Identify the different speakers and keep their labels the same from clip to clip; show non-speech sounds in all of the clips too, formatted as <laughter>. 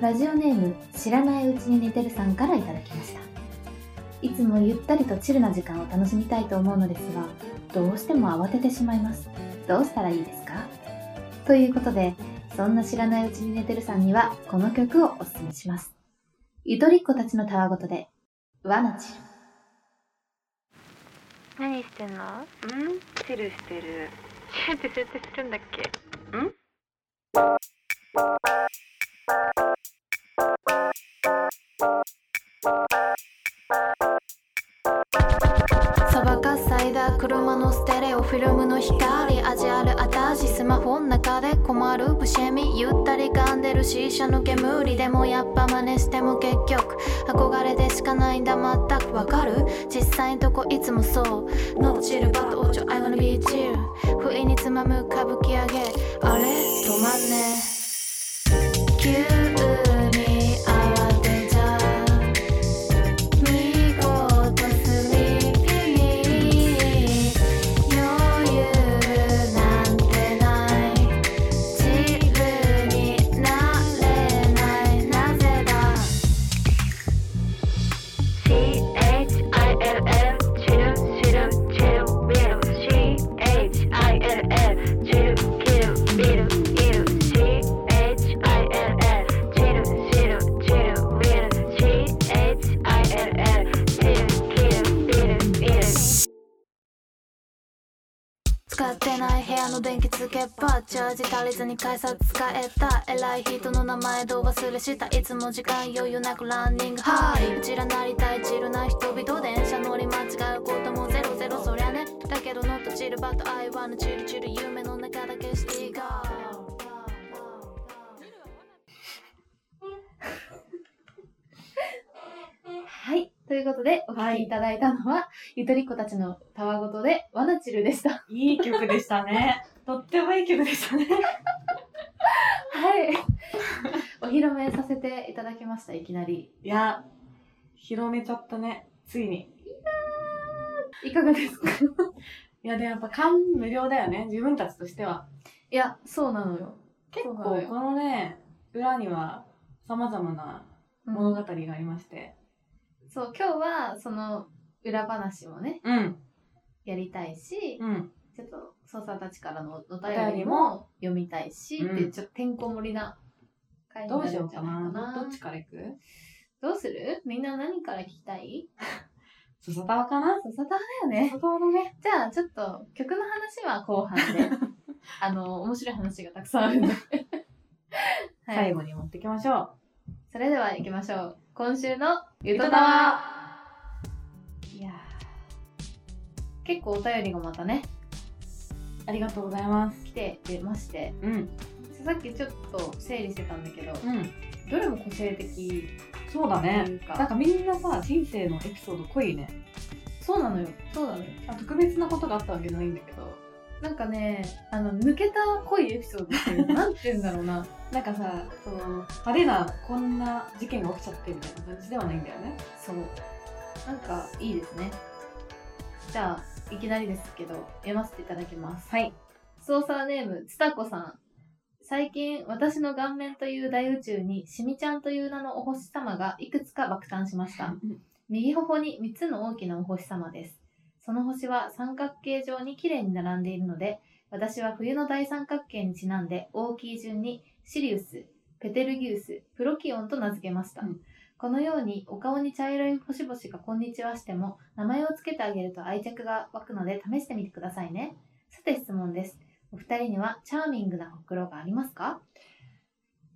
Speaker 1: ラジオネーム知らないうちに寝てるさんからいただきましたいつもゆったりとチルな時間を楽しみたいと思うのですがどうしても慌ててしまいますどうしたらいいですかということでそんな知らないうちに寝てるさんにはこの曲をおすすめしますゆとりっ子たちのたわごとで「わのチル
Speaker 2: 何してんのんチルしてるチルってそうやってするんだっけん
Speaker 3: 騒がさいだ車のステレオフィルムの光味ある私スマホの中で困るブシェミゆったり噛んでるシ車の煙でもやっぱ真似しても結局憧れでしかないんだ全くわかる実際んとこいつもそうノーチルバットオチョアイゴンビーチル不意につまむ歌舞伎揚げあれ止まんね急に慌てちゃう「見事スリーピー」「余裕なんてない」「自分になれないなぜだ」
Speaker 2: CHILL チルチルチルビル CHILL チルキルビルイル CHILL チルチルチルビル CHILL チルキルビルイル
Speaker 3: 使ってない部屋の電気つけばチャージ足りずに改札使えた偉い人の名前どう忘れしたいつも時間余裕なくランニングはいうちらなりたいチルな人々電車乗り間違うこともゼロゼロそりゃねだけどノットチルバットアイワンチルチル夢の中だけシティガ
Speaker 1: はい。ということで、お聴きいただいたのは、ゆとりっ子たちのたわごとで、わなちるでした。はい
Speaker 4: い曲でしたね。とってもいい曲でしたね。
Speaker 1: い。 <laughs> お披露目させていただきました、いきなり。
Speaker 4: いや、広めちゃったね。ついに。
Speaker 1: いかがですか
Speaker 4: いや、でもやっぱ感無量だよね。自分たちとしては。
Speaker 1: いや、そうなのよ。
Speaker 4: 結
Speaker 1: そうなの
Speaker 4: 構
Speaker 1: よ
Speaker 4: このね、裏には様々な物語がありまして。
Speaker 1: そう、今日は、その、裏話もね、
Speaker 4: うん。
Speaker 1: やりたいし、
Speaker 4: うん。
Speaker 1: ちょっと、捜査たちからのお便りも読みたいし、
Speaker 4: うん
Speaker 1: っていう、ちょっとてんこ盛りな回に
Speaker 4: ど
Speaker 1: な
Speaker 4: う
Speaker 1: るん
Speaker 4: し
Speaker 1: じゃない
Speaker 4: ようか
Speaker 1: か
Speaker 4: な。
Speaker 1: な。
Speaker 4: どっちから行く
Speaker 1: どうするみんな何から聞きたい
Speaker 4: そそたわかな
Speaker 1: そう、サタだよね。
Speaker 4: そそたわだね。
Speaker 1: じゃあちょっと曲の話は後半で
Speaker 4: <laughs>
Speaker 1: あの面白い話がたくさんあるので、はい、
Speaker 4: 最後に持ってきましょう。
Speaker 1: それでは行きましょう今週の「ゆ
Speaker 4: ゆ
Speaker 1: と
Speaker 4: と
Speaker 1: た
Speaker 4: た
Speaker 1: わ
Speaker 4: わ」
Speaker 1: いやー結構お便りがまたね
Speaker 4: ありがとうございます。
Speaker 1: 来て出まして
Speaker 4: うん。
Speaker 1: さっきちょっと整理してたんだけど
Speaker 4: うん。
Speaker 1: どれも個性的
Speaker 4: そうだ
Speaker 1: ってい
Speaker 4: ね
Speaker 1: う。か
Speaker 4: なんかみんなさ、人生のエピソード濃いね。
Speaker 1: そうなのよそうなのよ
Speaker 4: あ特別なことがあったわけじゃないんだけど。
Speaker 1: なんかねあの抜けた濃いエピソードっていうのなんて言うんだろうな
Speaker 4: なんかさ、その派手なこんな事件が起きちゃってみたいな感じではないんだよね。
Speaker 1: そうなんかいいですねじゃあいきなりですけど読ませていただきます
Speaker 4: はい。
Speaker 1: 操作ネームつたこさん最近私の顔面という大宇宙にしみちゃんという名のお星様がいくつか爆誕しました右頬に3つの大きなお星様ですその星は三角形状にきれいに並んでいるので私は冬の大三角形にちなんで大きい順にシリウスペテルギウスプロキオンと名付けました、
Speaker 4: うん
Speaker 1: このようにお顔に茶色い星々がこんにちはしても名前をつけてあげると愛着が湧くので試してみてくださいねさて質問ですお二人にはチャーミングなほくろがありますか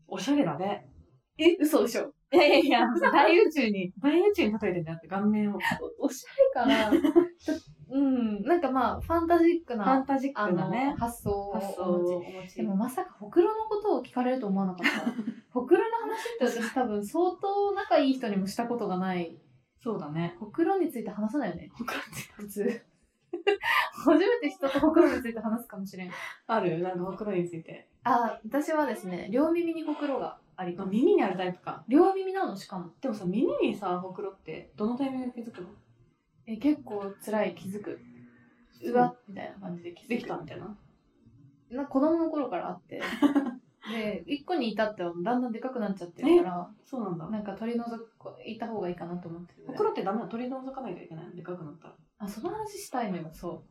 Speaker 4: おしゃれだね。
Speaker 1: え嘘でしょ
Speaker 4: いやいやいや、 <laughs> 大宇宙に、大宇宙に例えてんだって、顔面を。
Speaker 1: おしゃれ <laughs> かなちょうんなんかまあファンタジック
Speaker 4: フ
Speaker 1: な
Speaker 4: ァンタジッ
Speaker 1: あ
Speaker 4: クな
Speaker 1: の、
Speaker 4: ね、
Speaker 1: 発想を
Speaker 4: 発想
Speaker 1: お持ち
Speaker 4: をお持ち。
Speaker 1: でもまさかほくろのことを聞かれると思わなかった <laughs> ほくろの話って私多分相当仲いい人にもしたことがない
Speaker 4: そうだね。
Speaker 1: ほくろについて話さないよね
Speaker 4: ほくろ
Speaker 1: 普通初めて人とほくろについて話すかもしれん
Speaker 4: あるなんかほくろについて。
Speaker 1: あ私はですね両耳にほくろがあります
Speaker 4: 耳にあるタイプか。
Speaker 1: 両耳なのしかも
Speaker 4: でもさ、耳にさ、ほくろって、どのタイミングで気づくの
Speaker 1: え結構辛い気づくうわみたいな感じで気づ
Speaker 4: で
Speaker 1: く
Speaker 4: きたみたいな。
Speaker 1: <laughs> なんか子供の頃からあってで一個に至ってはだんだんでかくなっちゃってるか
Speaker 4: そうなんだ
Speaker 1: らなんか取り除いた方がいいかなと思ってる
Speaker 4: ほくろってダメなの取り除かないといけないのでかくなったら
Speaker 1: あその話したいのよそ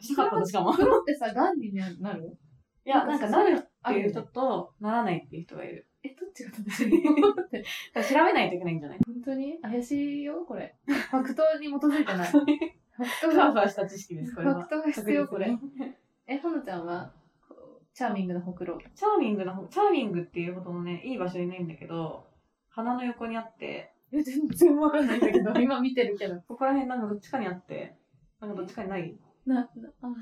Speaker 4: したかったのしかも
Speaker 1: うほくろってさがんにななる
Speaker 4: いやなんかなるっ
Speaker 1: あ
Speaker 4: ていう
Speaker 1: る
Speaker 4: 人とならないっていう人がいる
Speaker 1: えどっちが正しいのって
Speaker 4: だから調べないといけないんじゃない
Speaker 1: 本当に怪しいよこれファクトに基づいてないファクト
Speaker 4: ふ
Speaker 1: が
Speaker 4: わふわした知識ですこれ
Speaker 1: ファ
Speaker 4: は
Speaker 1: クトが必要これ
Speaker 4: 特に
Speaker 1: えほのちゃんはこうチャーミングなほくろ
Speaker 4: チャーミングの方チャーミングっていうほどのねいい場所にないんだけど鼻の横にあって
Speaker 1: え全然わかんないんだけど <laughs> 今見てるけど
Speaker 4: ここら辺なんかどっちかにあってなんかどっちかにない
Speaker 1: ななあ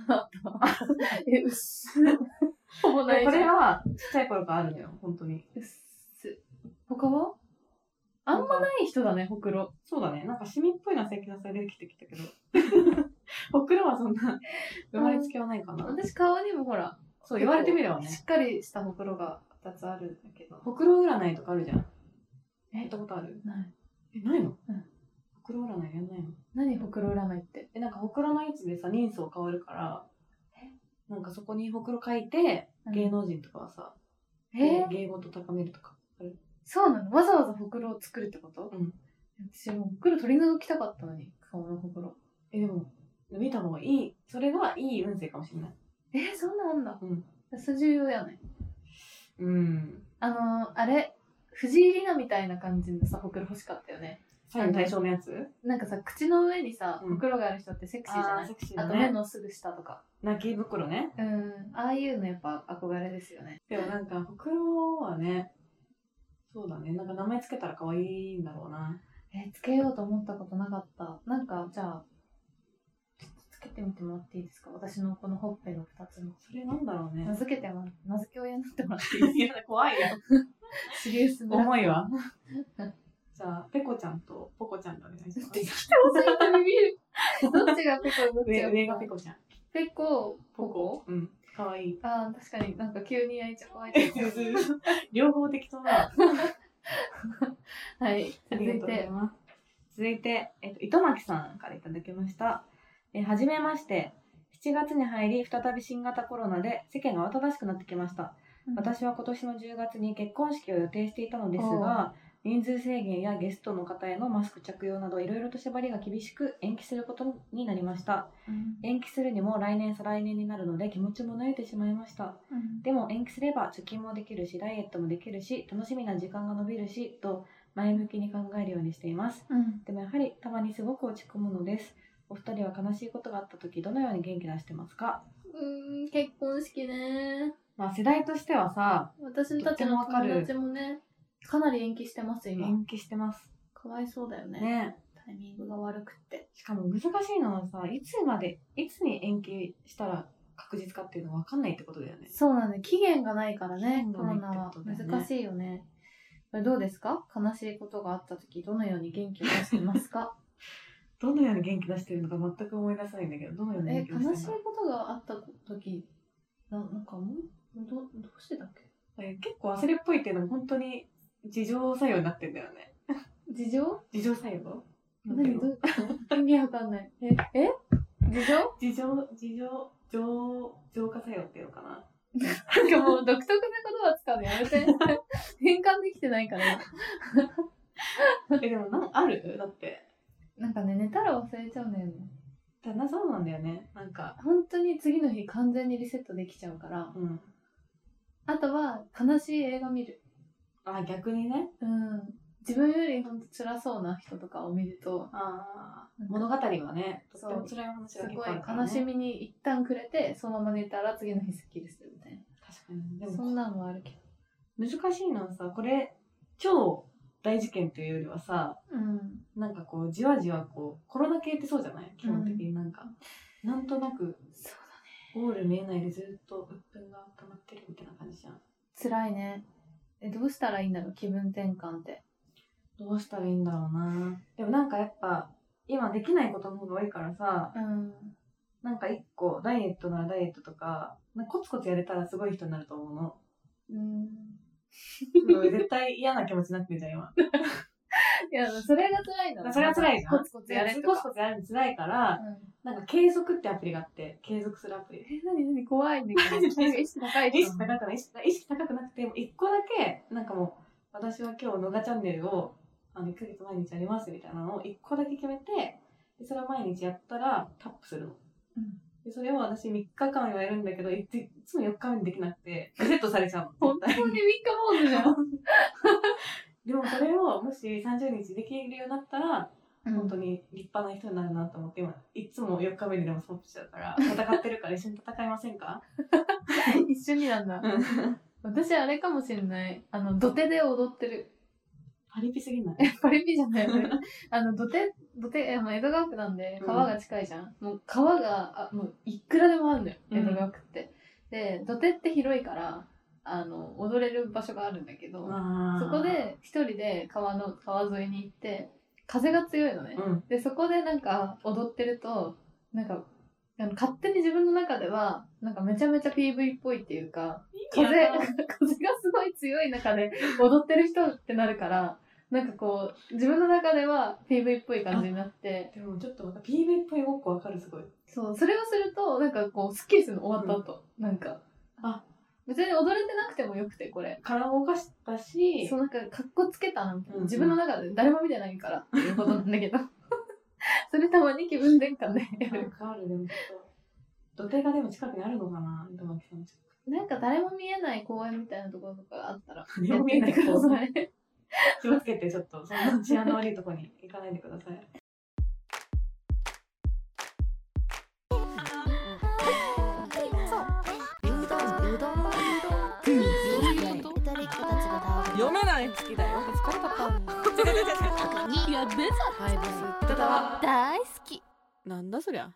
Speaker 1: あったえうっす <laughs> ほぼ
Speaker 4: こ
Speaker 1: ないじゃん
Speaker 4: れはちっちゃい頃からあるのよ本当に
Speaker 1: うっす他はあんまない人だねほくろ
Speaker 4: そうだねなんかシミっぽいのは最近のそれ出てきてきたけど <laughs> ほくろはそんな生まれつきはないかな
Speaker 1: 私顔にもほら
Speaker 4: そう言われてみればね
Speaker 1: しっかりしたほくろが2つあるんだけど
Speaker 4: ほくろ占いとかあるじゃん
Speaker 1: え
Speaker 4: やったことある
Speaker 1: ない
Speaker 4: えないの、
Speaker 1: うん
Speaker 4: ほくろ占いやんないの
Speaker 1: 何ほくろ占いって
Speaker 4: えなんかほくろの位置でさ人相変わるからなんかそこにほくろ書いて芸能人とかはさ、
Speaker 1: えー
Speaker 4: 芸事高めるとかある
Speaker 1: そうなのわざわざほくろを作るってこと
Speaker 4: うん
Speaker 1: 私もうほくろ取り除きたかったのに顔のほくろ
Speaker 4: えでも見た方がいいそれがいい運勢かもしれない
Speaker 1: えー、そんなんあんだ
Speaker 4: うん
Speaker 1: それ重要やね
Speaker 4: うん
Speaker 1: あのー、あれ藤井里奈みたいな感じのさほくろ欲しかったよね
Speaker 4: 左右対称のやつ
Speaker 1: なんかさ口の上にさ
Speaker 4: うん
Speaker 1: ほくろがある人ってセクシーじゃない、
Speaker 4: セクシー
Speaker 1: あ
Speaker 4: だ
Speaker 1: と目
Speaker 4: ね
Speaker 1: のすぐ下とか
Speaker 4: 泣き袋ね
Speaker 1: うんああいうのやっぱ憧れですよね
Speaker 4: でもなんかほくろはねそうだねなんか名前つけたら可愛いんだろうな
Speaker 1: えーつけようと思ったことなかったなんかじゃあちょっとつけてみてもらっていいですか私のこのほっぺの2つの
Speaker 4: それなんだろう
Speaker 1: 名
Speaker 4: ね
Speaker 1: 付けてもら名付け親になってもら <laughs> っていい
Speaker 4: いや怖いよ
Speaker 1: シリウス村
Speaker 4: <laughs> 重いわじゃあペコちゃんとポコちゃんでお願いします
Speaker 1: どっちがペコどっち
Speaker 4: 上
Speaker 1: が
Speaker 4: 上がペコちゃん
Speaker 1: ペコ
Speaker 4: ポ
Speaker 1: ポコ
Speaker 4: コうん可愛い
Speaker 1: あー確かになんか急に焼いちゃ怖い
Speaker 4: <laughs> 両方的そうだ
Speaker 1: はい
Speaker 4: あ
Speaker 1: 続
Speaker 4: り
Speaker 1: い
Speaker 4: がとうござ
Speaker 1: て
Speaker 4: います。続いて、えっと、糸巻さんからいただきました。えーはじめまして。7月に入り、再び新型コロナで世間が慌ただしくなってきました。私は今年の10月に結婚式を予定していたのですが、人数制限やゲストの方へのマスク着用など、いろいろと縛りが厳しく延期することになりました。
Speaker 1: うん
Speaker 4: 延期するにも来年再来年になるので、気持ちも慣れてしまいました。
Speaker 1: うん
Speaker 4: でも延期すれば貯金もできるしダイエットもできるし楽しみな時間が延びるしと前向きに考えるようにしています
Speaker 1: うん
Speaker 4: でもやはりたまにすごく落ち込むのですお二人は悲しいことがあった時どのように元気出してますか
Speaker 1: うーん結婚式ね
Speaker 4: まあ世代としてはさ
Speaker 1: 私たちの友達もねかなり延期してます今
Speaker 4: 延期してます
Speaker 1: かわいそうだよね
Speaker 4: ね
Speaker 1: タイミングが悪くって
Speaker 4: しかも難しいのはさいつまでいつに延期したら確実かっていうのが分かんないってことだよね
Speaker 1: そうなんだ期限がないからね
Speaker 4: 期限
Speaker 1: コ
Speaker 4: がな
Speaker 1: ロナは
Speaker 4: いってことだよね
Speaker 1: 難しいよねこれどうですか悲しいことがあった時どのように元気を出していますか
Speaker 4: どのように元気出してるのか全く思い出せないんだけどどのように
Speaker 1: え
Speaker 4: 元気
Speaker 1: 悲
Speaker 4: 出してるの
Speaker 1: しい
Speaker 4: か
Speaker 1: ことがあった時ななんかもうどどうしてたっけ
Speaker 4: え結構焦りっぽいっていうのも本当に自浄作用になってんだよね
Speaker 1: 事情
Speaker 4: 自浄作用なんて
Speaker 1: 何
Speaker 4: いうの
Speaker 1: どういうこと意味わかんないええ事情
Speaker 4: 自浄自浄浄浄化作用っていうのかな
Speaker 1: なんかもう独特な言葉使うのやめて変換できてないから
Speaker 4: えでもなんあるだって
Speaker 1: なんかね寝たら忘れちゃうんだよね
Speaker 4: 旦那そうなんだよねなんか
Speaker 1: 本当に次の日完全にリセットできちゃうから
Speaker 4: うん
Speaker 1: あとは悲しい映画見る
Speaker 4: あ逆にね
Speaker 1: うん自分より本当辛そうな人とかを見ると
Speaker 4: あー物語はねとって
Speaker 1: そう
Speaker 4: も辛い話
Speaker 1: す
Speaker 4: が結
Speaker 1: ご
Speaker 4: 構
Speaker 1: い
Speaker 4: あるから、ね、
Speaker 1: 悲しみに一旦くれてそのまま寝たら次の日すっきりするみたい
Speaker 4: 確かにで
Speaker 1: な
Speaker 4: も
Speaker 1: そんなんもあるけど
Speaker 4: 難しいのはさこれ超大事件というよりはさ
Speaker 1: うん
Speaker 4: なんかこうじわじわこうコロナ系ってそうじゃない基本的になんか、なんとなく
Speaker 1: そうだね
Speaker 4: ゴール見えないでずっと鬱憤が溜まってるみたいな感じじゃん。
Speaker 1: 辛いねえどうしたらいいんだろう気分転換って
Speaker 4: どうしたらいいんだろうな。でもなんかやっぱ今できないことの方が多いからさ、
Speaker 1: うん
Speaker 4: なんか一個ダイエットならダイエットとか、なんかコツコツやれたらすごい人になると思うの。
Speaker 1: うん
Speaker 4: すごい絶対嫌な気持ちになってるじゃん今。
Speaker 1: や、それが辛いの。
Speaker 4: それは辛いじゃん
Speaker 1: コツコツやれと
Speaker 4: コツ
Speaker 1: か。
Speaker 4: コツやるの辛いから、
Speaker 1: うん
Speaker 4: なんか継続ってアプリがあって、継続するアプリ。
Speaker 1: え、なになに怖いんだけど。意識高い
Speaker 4: 意
Speaker 1: 人
Speaker 4: 識高くない意識意識高くなくて、一個だけ、なんかもう、私は今日、のがチャンネルを、あの、1ヶ月毎日やりますみたいなのを一個だけ決めて、でそれを毎日やったらタップするの。
Speaker 1: うん
Speaker 4: でそれを私3日間やるんだけど、いついつも4日目にできなくて、リセットされちゃうの。
Speaker 1: 本当に三日坊主じゃん。
Speaker 4: でもそれをもし30日できるようになったら、本当
Speaker 1: に。
Speaker 4: に立派な人になるなと思って、今、いつも4日目ででもストップしちゃ
Speaker 1: <laughs>
Speaker 4: うから、戦ってるから一緒に戦いませんか
Speaker 1: 一緒になんだ。私、あれかもしれない。あの、土手で踊ってる。
Speaker 4: パリピすぎない
Speaker 1: パリピじゃないよね。あの、土手、土手、あの江戸川区なんで、
Speaker 4: うん
Speaker 1: 川が近いじゃん。もう川が、あもういくらでもあるんだよ、
Speaker 4: うん
Speaker 1: 江戸川区って。で、土手って広いから、あの、踊れる場所があるんだけど、そ
Speaker 4: そ
Speaker 1: こ、で一人で川の、川沿いに行って、風が強いのね。
Speaker 4: うん、
Speaker 1: で、そこでなんか踊ってると、なんか、あの勝手に自分の中では、なんかめちゃめちゃ PV っぽいっていうか、風、風がすごい強い中で踊ってる人ってなるから、なんかこう、自分の中では PV っぽい感じになって、
Speaker 4: でもちょっとまた PV っぽいごっこわかるすごい。
Speaker 1: そう、それをすると、なんかこう、スッキリするの終わった後、なんか、
Speaker 4: あ、
Speaker 1: 別に踊れてなくてもよくて、これ。
Speaker 4: 体を動かしたし
Speaker 1: そう、なんか、格好つけたな、みたいな
Speaker 4: うんうん
Speaker 1: 自分の中で誰も見てないから、っていうことなんだけど。 <laughs> それたまに気分転換でや
Speaker 4: なん
Speaker 1: る。
Speaker 4: かあるでもちょっと土手がでも近くにあるのかな井戸脇さんの近
Speaker 1: なんか誰も見えない公園みたいなところとかあったら、
Speaker 4: く
Speaker 1: やってみてください。
Speaker 4: 気をつけてちょっとそんな治安の悪いとこに行かないでくださ <laughs> い
Speaker 5: 読めない好きだよ疲れたかいや出たはいですただ
Speaker 3: 大好き
Speaker 5: <laughs> なんだそりゃ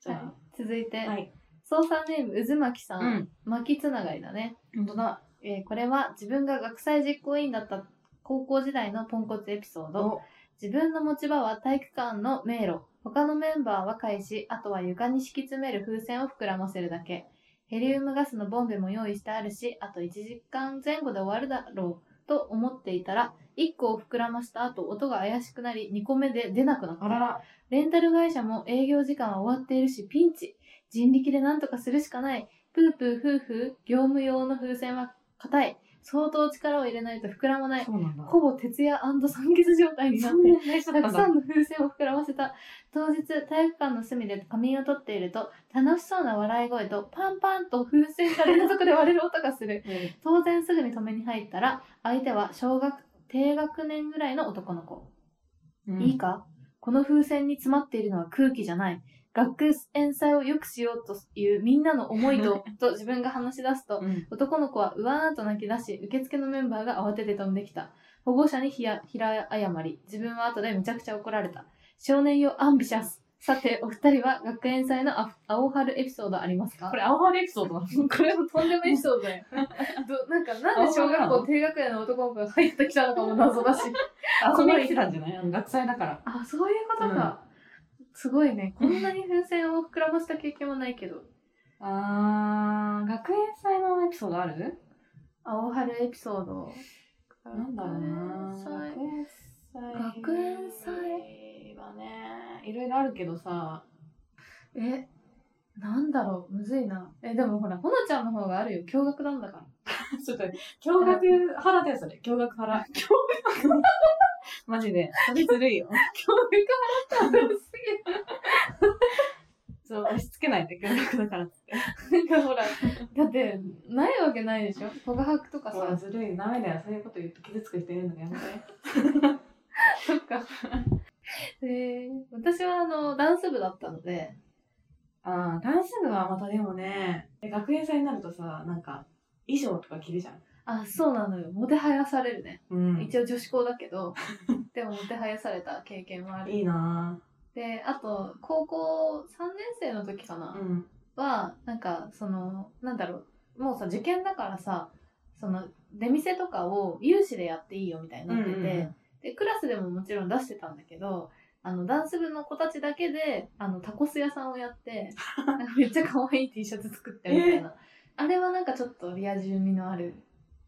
Speaker 4: じゃ
Speaker 1: 続いて、
Speaker 4: あはい
Speaker 1: 操作ネーム、渦巻さ。
Speaker 4: うんん
Speaker 1: 巻きつながりだね。
Speaker 4: 本当だ
Speaker 1: えーこれは自分が学祭実行委員だった高校時代のポンコツエピソード。自分の持ち場は体育館の迷路。他のメンバーは返し、あとは床に敷き詰める風船を膨らませるだけ。ヘリウムガスのボンベも用意してあるし、あと1時間前後で終わるだろうと思っていたら、1個を膨らました後、音が怪しくなり、2個目で出なくなった。
Speaker 4: あらら
Speaker 1: レンタル会社も営業時間は終わっているしピンチ人力で何とかするしかないプープーフーフー業務用の風船は硬い相当力を入れないと膨らまない
Speaker 4: そうなんだ
Speaker 1: ほぼ徹夜酸欠状態になっ
Speaker 4: そん
Speaker 1: て
Speaker 4: なに大事だ
Speaker 1: た
Speaker 4: った
Speaker 1: く
Speaker 4: ん
Speaker 1: さ
Speaker 4: だ
Speaker 1: んの風船を膨らませた当日体育館の隅で仮眠を取っていると楽しそうな笑い声とパンパンと風船が連続で割れる音がする
Speaker 4: うん
Speaker 1: 当然すぐに止めに入ったら相手は小学低学年ぐらいの男の子
Speaker 4: うん
Speaker 1: いいかこの風船に詰まっているのは空気じゃない。学園祭を良くしようというみんなの思い <laughs> と、と自分が話し出すと、
Speaker 4: うん
Speaker 1: 男の子はうわーんと泣き出し、受付のメンバーが慌てて飛んできた。保護者にひや平謝り、自分は後でめちゃくちゃ怒られた。少年よアンビシャス。さて、お二人は学園祭のあ青春エピソードありますか
Speaker 4: これ青春エピソ <laughs> ードだ
Speaker 1: これもとんでもエピソードだよ。 <laughs> どなんか、なんで小学校低学年の男の子が入ってきたのかも謎だし。
Speaker 4: 遊びに来てたんじゃないあの学祭だから
Speaker 1: あ、そういうことか。すごいね。こんなに風船を膨らました経験はないけど。 <laughs>
Speaker 4: あー学園祭のエピソードある
Speaker 1: 青春エピソード。
Speaker 4: なんだろうな
Speaker 1: 学園祭
Speaker 4: 園祭
Speaker 1: 学園祭
Speaker 4: はねいろいろあるけどさ
Speaker 1: え、なんだろう。むずいな。え、でもほら、ほのちゃんの方があるよ。驚愕なんだから。
Speaker 4: <laughs> ちょっと、 <laughs> 驚愕腹だよ、それ。驚愕腹。驚愕 <laughs> マジで。それずるいよ。
Speaker 1: 驚愕払ったのす
Speaker 4: そう、押し付けないで、驚愕だからっつ <laughs> って。
Speaker 1: げえ。なんかほら、 <laughs> だって、ないわけないでしょ。トガハクとか
Speaker 4: ほ
Speaker 1: さ。
Speaker 4: ら、ずるい。ダメだよ。そういうこと言って傷つく人いるのがやめて。
Speaker 1: そっか。 <laughs> えー、私はあの、ダンス部だったので、
Speaker 4: ああ、ダンス部はまたでもね、え学園祭になるとさ、なんか、衣装とか着るじゃん。
Speaker 1: あ、そうなのよ。もてはやされるね。
Speaker 4: うん
Speaker 1: 一応女子校だけど、でももてはやされた経験もある
Speaker 4: いいな
Speaker 1: であと高校3年生の時か
Speaker 4: ぁ。
Speaker 1: な、
Speaker 4: うん。
Speaker 1: はなんかそのなんだろうもうさ受験だからさその出店とかを有志でやっていいよみたいになってて、
Speaker 4: うんうんうん
Speaker 1: でクラスでももちろん出してたんだけどあのダンス部の子たちだけであのタコス屋さんをやって
Speaker 4: <laughs>
Speaker 1: なんかめっちゃ可愛い T シャツ作ってみたいな、あれはなんかちょっとリア充味のある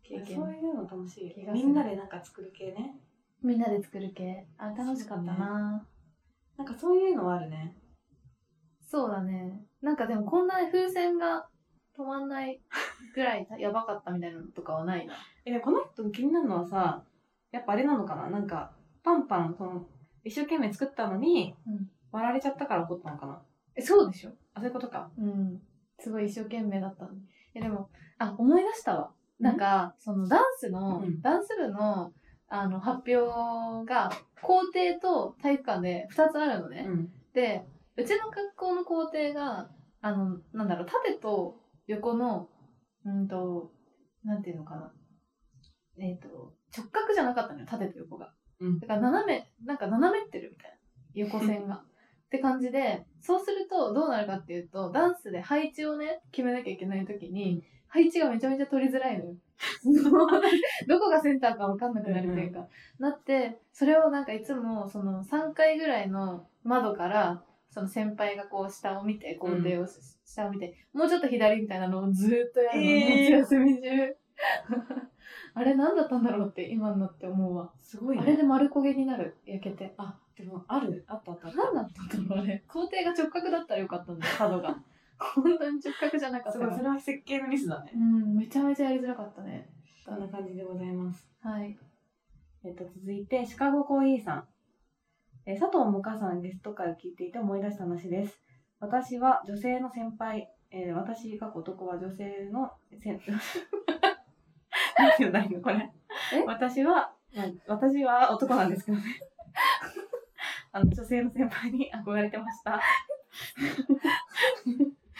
Speaker 4: そ
Speaker 1: 経
Speaker 4: うい
Speaker 1: 験
Speaker 4: うの楽しい
Speaker 1: 気がす。る
Speaker 4: みんなでなんか作る系ね。
Speaker 1: みんなで作る系あ楽しかったな
Speaker 4: なんかそういうのはあるね。
Speaker 1: そう,、だねなんかでもこんな風船が止まんないぐらいたやばかったみたいなのとかはないな
Speaker 4: え、でもこの人気になるのはさ、やっぱあれなのかななんか、パンパン、その、一生懸命作ったのに、
Speaker 1: うん
Speaker 4: 割られちゃったから怒ったのかな
Speaker 1: えそうでしょ
Speaker 4: あ、そういうことか。
Speaker 1: うんすごい一生懸命だったのにえでもあ思い出したわなんかそのダンスの、
Speaker 4: うん
Speaker 1: ダンス部のあの発表が校庭と体育館で2つあるのね、
Speaker 4: うん。
Speaker 1: でうちの学校の校庭があのなんだろう縦と横のうんとなんていうのかなえっ、と直角じゃなかったのよ縦と横が、
Speaker 4: うん
Speaker 1: だから斜めなんか斜めってるみたいな横線
Speaker 4: <laughs>
Speaker 1: がって感じでそうするとどうなるかっていうとダンスで配置をね決めなきゃいけない時に、配置がめちゃめちゃ取りづらいの
Speaker 4: <laughs>
Speaker 1: よどこがセンターか分かんなくなるというか、なってそれをなんかいつもその3回ぐらいの窓からその先輩がこう下を見て校庭をし、下を見てもうちょっと左みたいなのをずーっとやるの、
Speaker 4: えー
Speaker 1: 夏休み中 <laughs> あれ何だったんだろうって今になって思うわ
Speaker 4: すごい
Speaker 1: あれ
Speaker 4: ね。
Speaker 1: で丸焦げになる焼けて
Speaker 4: あ、でも、ある。あったあったあっ
Speaker 1: 何だったんだろうあれ校庭が直角だったらよかったんだよ角
Speaker 4: <laughs>
Speaker 1: がこんなに直角じゃなか
Speaker 4: た。
Speaker 1: った
Speaker 4: す
Speaker 1: か
Speaker 4: ごい、
Speaker 1: ら
Speaker 4: それは設計のミスだね
Speaker 1: う。んめちゃめちゃやりづらかったね
Speaker 4: そんな感じでございます。
Speaker 1: はい
Speaker 4: えっと、続いて、シカゴコーヒーさん。えー佐藤萌歌さんゲスト会を聞いていて思い出した話です。私は女性の先輩、えー私が男は女性の <laughs> 先なんていうんだろうこれ
Speaker 1: え。
Speaker 4: 私は、まあ私は男なんですけどね。 <laughs> あの、女性の先輩に憧れてました。 <laughs>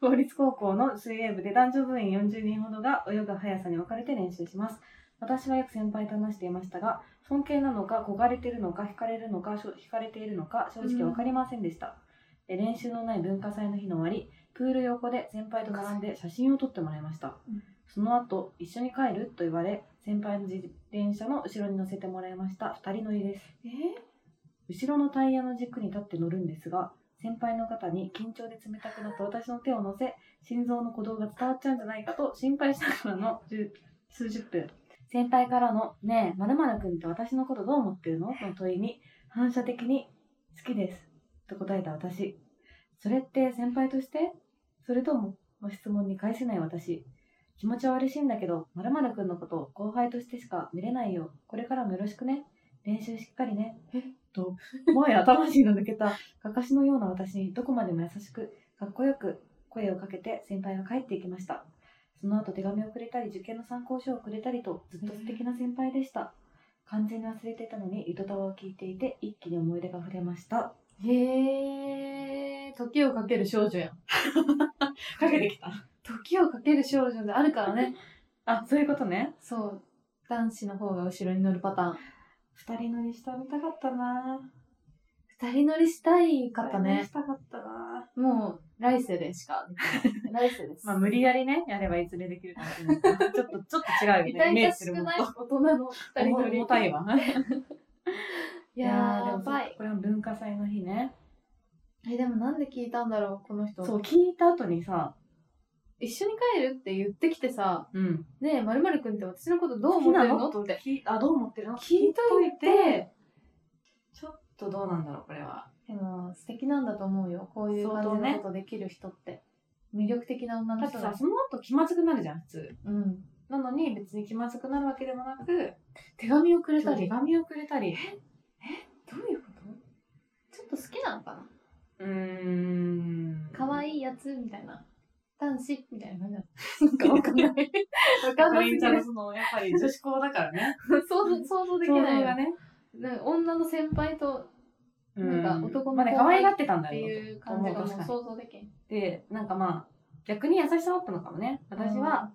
Speaker 4: 公立高校の水泳部で男女部員40人ほどが泳ぐ速さに分かれて練習します。私はよく先輩と話していましたが尊敬なのか焦がれてるのか惹かれるのかしょ惹かれているのか正直分かりませんでした、で練習のない文化祭の日の終わりプール横で先輩と並んで写真を撮ってもらいました、
Speaker 1: うん
Speaker 4: その後一緒に帰ると言われ先輩の自転車の後ろに乗せてもらいました2人乗りです
Speaker 1: え
Speaker 4: 後ろのタイヤの軸に立って乗るんですが先輩の方に緊張で冷たくなった私の手を乗せ心臓の鼓動が伝わっちゃうんじゃないかと心配しながらの10数十分先輩からの「ねえまる君って私のことどう思ってるの?」の問いに反射的に「好きです」と答えた私それって先輩としてそれともの質問に返せない私気持ちは嬉しいんだけどまる君のことを後輩としてしか見れないよこれからもよろしくね練習しっかりねと思いや魂の抜けたかかしのような私にどこまでも優しくかっこよく声をかけて先輩は帰っていきましたその後手紙をくれたり受験の参考書をくれたりとずっと素敵な先輩でした完全に忘れていたのにゆとたわを聞いていて一気に思い出が触れました
Speaker 1: へえ時をかける少女やん
Speaker 4: かけてきた
Speaker 1: 時をかける少女であるからね
Speaker 4: あそういうことね
Speaker 1: そう男子の方が後ろに乗るパターン
Speaker 4: 二人乗りした見たかったな
Speaker 1: 二人乗りしたいか
Speaker 4: ぁ
Speaker 1: った
Speaker 4: 二人乗り
Speaker 1: ね
Speaker 4: したかったなぁ
Speaker 1: もう来世でしかできない来世 <laughs> です、
Speaker 4: まあ無理やりねやればいずれできるかもしれないけ <laughs> どちょっとちょっと違うよね
Speaker 1: 痛
Speaker 4: イメー
Speaker 1: 々
Speaker 4: ジす
Speaker 1: し
Speaker 4: る
Speaker 1: く
Speaker 4: もの
Speaker 1: ない
Speaker 4: と
Speaker 1: 大人の二人乗り
Speaker 4: 重たいわ
Speaker 1: いやーやば
Speaker 4: でも
Speaker 1: い
Speaker 4: これは文化祭の日ね
Speaker 1: えでもなんで聞いたんだろうこの人
Speaker 4: そう聞いた後にさ、
Speaker 1: 一緒に帰るって言ってきてさ
Speaker 4: うん、
Speaker 1: 「ねえまるくんって私のことどう
Speaker 4: どう
Speaker 1: 思
Speaker 4: 思
Speaker 1: っ
Speaker 4: ってて
Speaker 1: るの?」って
Speaker 4: るのって聞いあどう思ってるの
Speaker 1: 聞いといて
Speaker 4: ちょっとどうなんだろうこれは
Speaker 1: でも素敵なんだと思うよこういう感じ
Speaker 4: 相当
Speaker 1: の
Speaker 4: ね
Speaker 1: ことできる人って、魅力的な女
Speaker 4: だ
Speaker 1: の
Speaker 4: って
Speaker 1: 人
Speaker 4: さ
Speaker 1: だし
Speaker 4: その後気まずくなるじゃん普通
Speaker 1: うん
Speaker 4: なのに別に気まずくなるわけでもなく
Speaker 1: 手紙をくれ
Speaker 4: ち
Speaker 1: た
Speaker 4: ょっと手
Speaker 1: り
Speaker 4: 紙をくれたり
Speaker 1: どういうことちょっと好きなのかな
Speaker 4: うーん
Speaker 1: 可
Speaker 4: い
Speaker 1: 愛いやつみたいな男子みたいな感じなんか <laughs> わかんないわかんなすぎ
Speaker 4: ちゃんの
Speaker 1: る
Speaker 4: そのやっぱり女子校だか
Speaker 1: <laughs>
Speaker 4: らね
Speaker 1: 想像想像でき
Speaker 4: 想像
Speaker 1: ない
Speaker 4: がね
Speaker 1: なんか女の先輩となんか男の子
Speaker 4: まあね可愛がってたん
Speaker 1: っ
Speaker 4: だ
Speaker 1: て
Speaker 4: よ
Speaker 1: いう感じがもう
Speaker 4: 確かに
Speaker 1: 想像できん
Speaker 4: でなんかまあ逆に優しさだったのかもね私は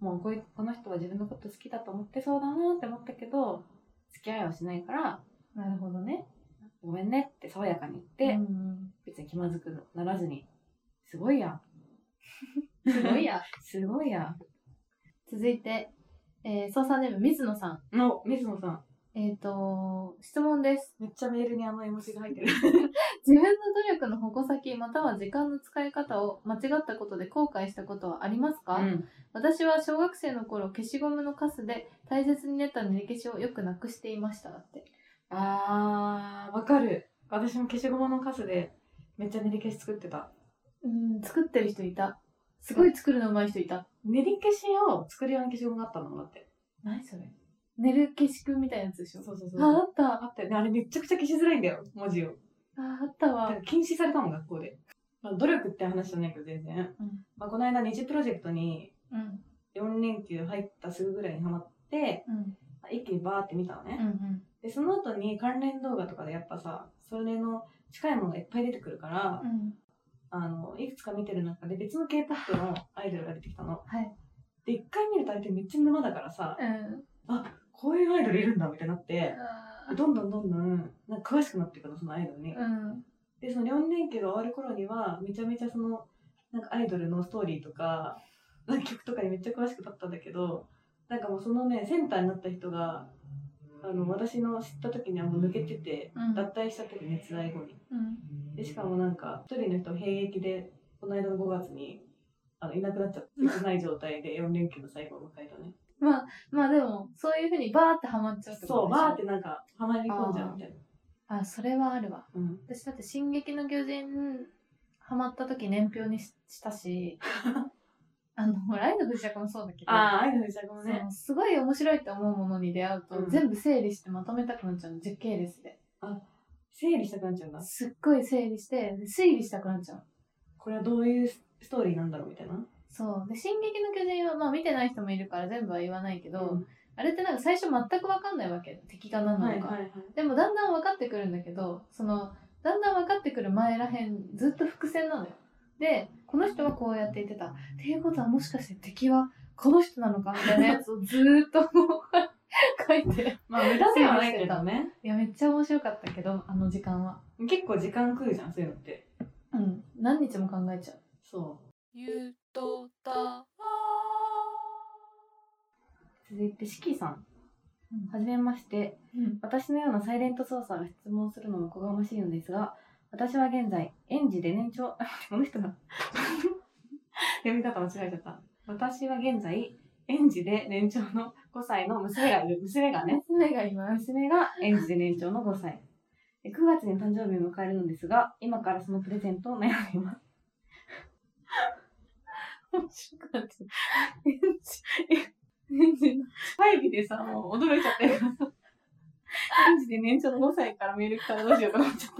Speaker 4: もうこいこの人は自分のこと好きだと思ってそうだなって思ったけど付き合いはしないから
Speaker 1: なるほどね
Speaker 4: ごめんねって爽やかに言って、
Speaker 1: うん
Speaker 4: 別に気まずくならずにすごいや
Speaker 1: すごいや <laughs>
Speaker 4: すごいや
Speaker 1: 続いて、えー、操作ネーム水野さん
Speaker 4: の水野さん
Speaker 1: えっ、と、質問です。
Speaker 4: めっちゃメールにあの絵文字が入ってる。
Speaker 1: 自分の努力の矛先、または時間の使い方を間違ったことで後悔したことはありますか、
Speaker 4: ん。
Speaker 1: 私は小学生の頃、消しゴムのカスで大切になった塗り消しをよくなくしていましただって。
Speaker 4: あー、わかる。私も消しゴムのカスで、めっちゃ練り消し作ってた。
Speaker 1: うん、作ってる人いた。すごい作るの上手い人いた。
Speaker 4: 練り消しを作る用の消しゴムがあったのだって。
Speaker 1: 何それ寝る消しくんみたいなやつでしょ
Speaker 4: そうそうそう。
Speaker 1: あ、あった。
Speaker 4: あったよね。あれめちゃくちゃ消しづらいんだよ、文字を。
Speaker 1: ああった
Speaker 4: だか
Speaker 1: わ
Speaker 4: ら。禁止されたもん、学校で。まあ、努力って話じゃないけど、全然。
Speaker 1: うん
Speaker 4: まあ、この間、二次プロジェクトに
Speaker 1: うん。
Speaker 4: 4連休入ったすぐぐらいにハマって、
Speaker 1: うん。
Speaker 4: まあ一気にバーって見たのね。
Speaker 1: うん。うん。
Speaker 4: で、その後に関連動画とかでやっぱさ、それの近いものがいっぱい出てくるから、
Speaker 1: うん。
Speaker 4: あの、いくつか見てる中で別の K-POP のアイドルが出てきたの。
Speaker 1: はい。
Speaker 4: で、一回見ると相手めっちゃ沼だからさ、
Speaker 1: うん。
Speaker 4: あ、こういうアイドルいるんだみたいになって、
Speaker 1: あー
Speaker 4: どんどんどんどん、なんか詳しくなっていくの、そのアイドルに。
Speaker 1: うん。
Speaker 4: で、その4年期が終わる頃には、めちゃめちゃその、なんかアイドルのストーリーとか、なんか曲とかにめっちゃ詳しくなったんだけど、なんかもうそのね、センターになった人が、あの、私の知った時にはもう抜けてて、
Speaker 1: うん
Speaker 4: 脱退しちゃってて、熱愛後に。
Speaker 1: うん。
Speaker 4: で、しかもなんか、一人の人兵役で、この間の5月に、あの、いなくなっちゃって、切ない状態で4連休の最後を迎えたね。
Speaker 1: まあでも、そういうふうにバーってハマっちゃうってこと
Speaker 4: そう、
Speaker 1: でしょ
Speaker 4: バーってなんか、ハマり込んじゃうみたいな。
Speaker 1: あ、それはあるわ。
Speaker 4: うん。
Speaker 1: 私だって「進撃の巨人」ハマった時年表にしした <laughs> しあのほらアイドルャクもそうだけど
Speaker 4: ああ、アイドルじゃごめん
Speaker 1: そ
Speaker 4: ね。
Speaker 1: のすごい面白いって思うものに出会うと、
Speaker 4: うん
Speaker 1: 全部整理してまとめたくなっちゃうの時系列で
Speaker 4: 整理したくなっちゃうんだ。
Speaker 1: すっごい整理して推理したくなっちゃうの
Speaker 4: これはどういうストーリーなんだろうみたいな。
Speaker 1: そうで「進撃の巨人」はまあ見てない人もいるから全部は言わないけど、あれってなんか最初全く分かんないわけ敵が何なのか、
Speaker 4: はいはいはい。
Speaker 1: でもだんだん分かってくるんだけどそのだんだん分かってくる前らへんずっと伏線なのよでこの人はこうやって言ってたっていうことはもしかして敵はこの人なのかみたいなやつをずーっともう <laughs> 書いて
Speaker 4: <laughs> まあ、無駄ではないけどね。
Speaker 1: いやめっちゃ面白かったけどあの時間は
Speaker 4: <laughs> 結構時間食うじゃん、そういうのって。
Speaker 1: うん何日も考えちゃう
Speaker 4: そ
Speaker 5: ゆうとた
Speaker 4: う。続いて、シキさん
Speaker 1: うん。
Speaker 4: はじめまして。
Speaker 1: うん
Speaker 4: 私のようなサイレント操作が質問するのもこがましいのですが、私は現在、園児で年長、 <laughs> あこの人が、読み方間違えちゃった。私は現在、園児で年長の5歳の娘がいる。娘がね。
Speaker 1: 娘がいます
Speaker 4: 娘が園児で年長の5歳。9月に誕生日を迎えるのですが、今からそのプレゼントを悩みます。
Speaker 1: 面白かった
Speaker 4: 会議でさ、もう驚いちゃったよ。園児で年長の5歳からメール来たらどうしようかと思っちゃっ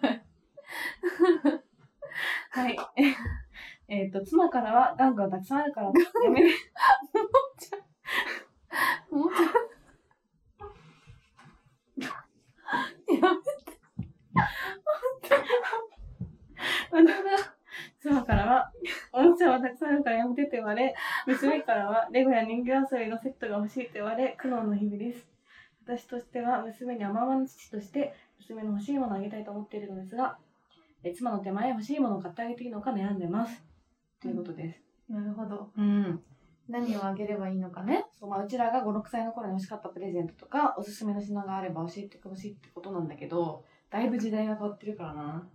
Speaker 4: た。やばい。はい。えっ、と、妻からはガンがたくさんあるから、やめて。
Speaker 1: もうちょっ
Speaker 4: <laughs> 妻からは、おもちゃはたくさんあるからやめてって言われ、娘からは、レゴや人形遊びのセットが欲しいって言われ、苦悩の日々です。私としては、娘に甘々の父として、娘の欲しいものをあげたいと思っているのですが、え妻の手前、欲しいものを買ってあげていいのか悩んでます。ということです。
Speaker 1: <laughs> となるほど
Speaker 4: うん。
Speaker 1: 何をあげればいいのかね
Speaker 4: そうまあ、うちらが5、6歳の頃に欲しかったプレゼントとか、おすすめの品があれば教えてほしいってことなんだけど、だいぶ時代が変わってるからな。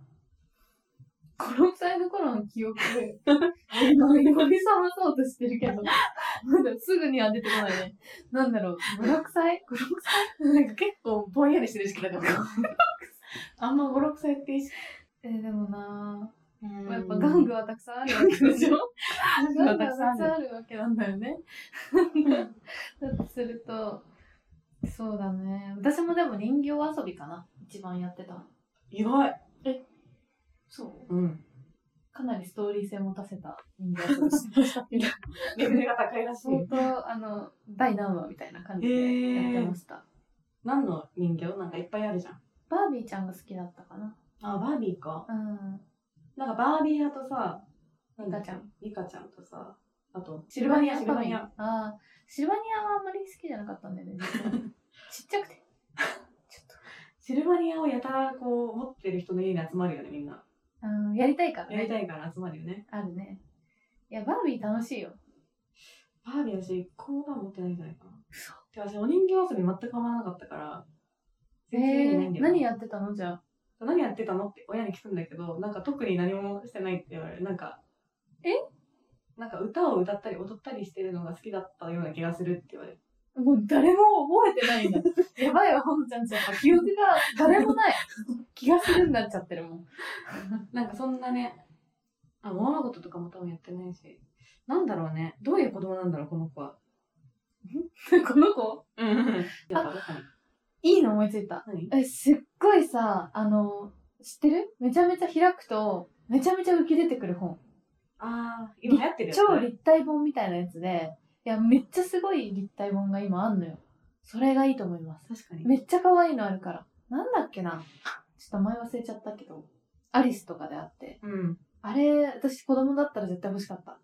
Speaker 1: 56歳の頃の記憶 <laughs> 今呼び覚まそうとしてるけどまだすぐには出てこないねなんだろう56歳56
Speaker 4: なんか結構ぼんやりしてる時期だ <laughs> から。あんま5、6歳って意識。
Speaker 1: えーでもな
Speaker 4: うん
Speaker 1: ぁ、やっぱ玩具はたくさんあるわけでしょ <laughs>
Speaker 4: 具
Speaker 1: 玩
Speaker 4: は
Speaker 1: 具
Speaker 4: た
Speaker 1: はたく
Speaker 4: くさんあ
Speaker 1: さ
Speaker 4: る
Speaker 1: んあるわけなんだよね <laughs> だとするとそうだね私もでも人形遊びかな一番やってたの
Speaker 4: 意外。
Speaker 1: そう
Speaker 4: うん。
Speaker 1: かなりストーリー性持たせた人形遊びしてましたけど
Speaker 4: <laughs> レベルが高いらし
Speaker 1: 相当あの第何話みたいな感じでやってました、
Speaker 4: 何の人形なんかいっぱいあるじゃん。
Speaker 1: バービーちゃんが好きだったかな
Speaker 4: あ、バービーか。
Speaker 1: うん
Speaker 4: なんかバービー派とさ、なんだっ
Speaker 1: リカち
Speaker 4: け
Speaker 1: ゃん。
Speaker 4: リカちゃんとさ、あと、シルバニア、シルバニア。
Speaker 1: ああ、シルバニアはあんまり好きじゃなかったんだよね。
Speaker 4: <laughs>
Speaker 1: 実はちっちゃくて。ちょっ
Speaker 4: シルバニアをやたらこう持ってる人の家に集まるよね、みんな。
Speaker 1: と。うん、やりたいからね。
Speaker 4: やりたいから集まるよね。
Speaker 1: あるね。いや、バービー楽しいよ。
Speaker 4: バービー私、一個も持ってないんじゃないかな。でじゃあ私お人形遊び全くハマらなかったから
Speaker 1: え
Speaker 4: 全然意味ないん
Speaker 1: ー、
Speaker 4: だよな
Speaker 1: 何やってたのじゃあ。
Speaker 4: 何やってたのって親に聞くんだけどなんか特に何もしてないって言われるなんかえなんか歌を歌ったり踊ったりしてるのが好きだったような気がするって言われる
Speaker 1: もう誰も覚えてないん
Speaker 4: <laughs>
Speaker 1: だ。やばいわ、ほのちゃんちゃん。記憶が誰もない。気がするんなっちゃってるもん。
Speaker 4: なんかそんなねあ物ま事とかも多分やってないしなんだろうねどういう子供なんだろうこの子は
Speaker 1: この子
Speaker 4: うんうんやっぱ確かに
Speaker 1: いいの思いついた。
Speaker 4: 何
Speaker 1: え、すっごいさ、あの、知ってるめちゃめちゃ開くと、めちゃめちゃ浮き出てくる本。
Speaker 4: ああ今流行ってるやつね
Speaker 1: 超立体本みたいなやつで、いや、めっちゃすごい立体本が今あんのよ。それがいいと思います。
Speaker 4: 確かに
Speaker 1: めっちゃ可愛いのあるから。なんだっけなちょっと前忘れちゃったけど、アリスとかであって。
Speaker 4: うん
Speaker 1: あれ、私子供だったら絶対欲しかった。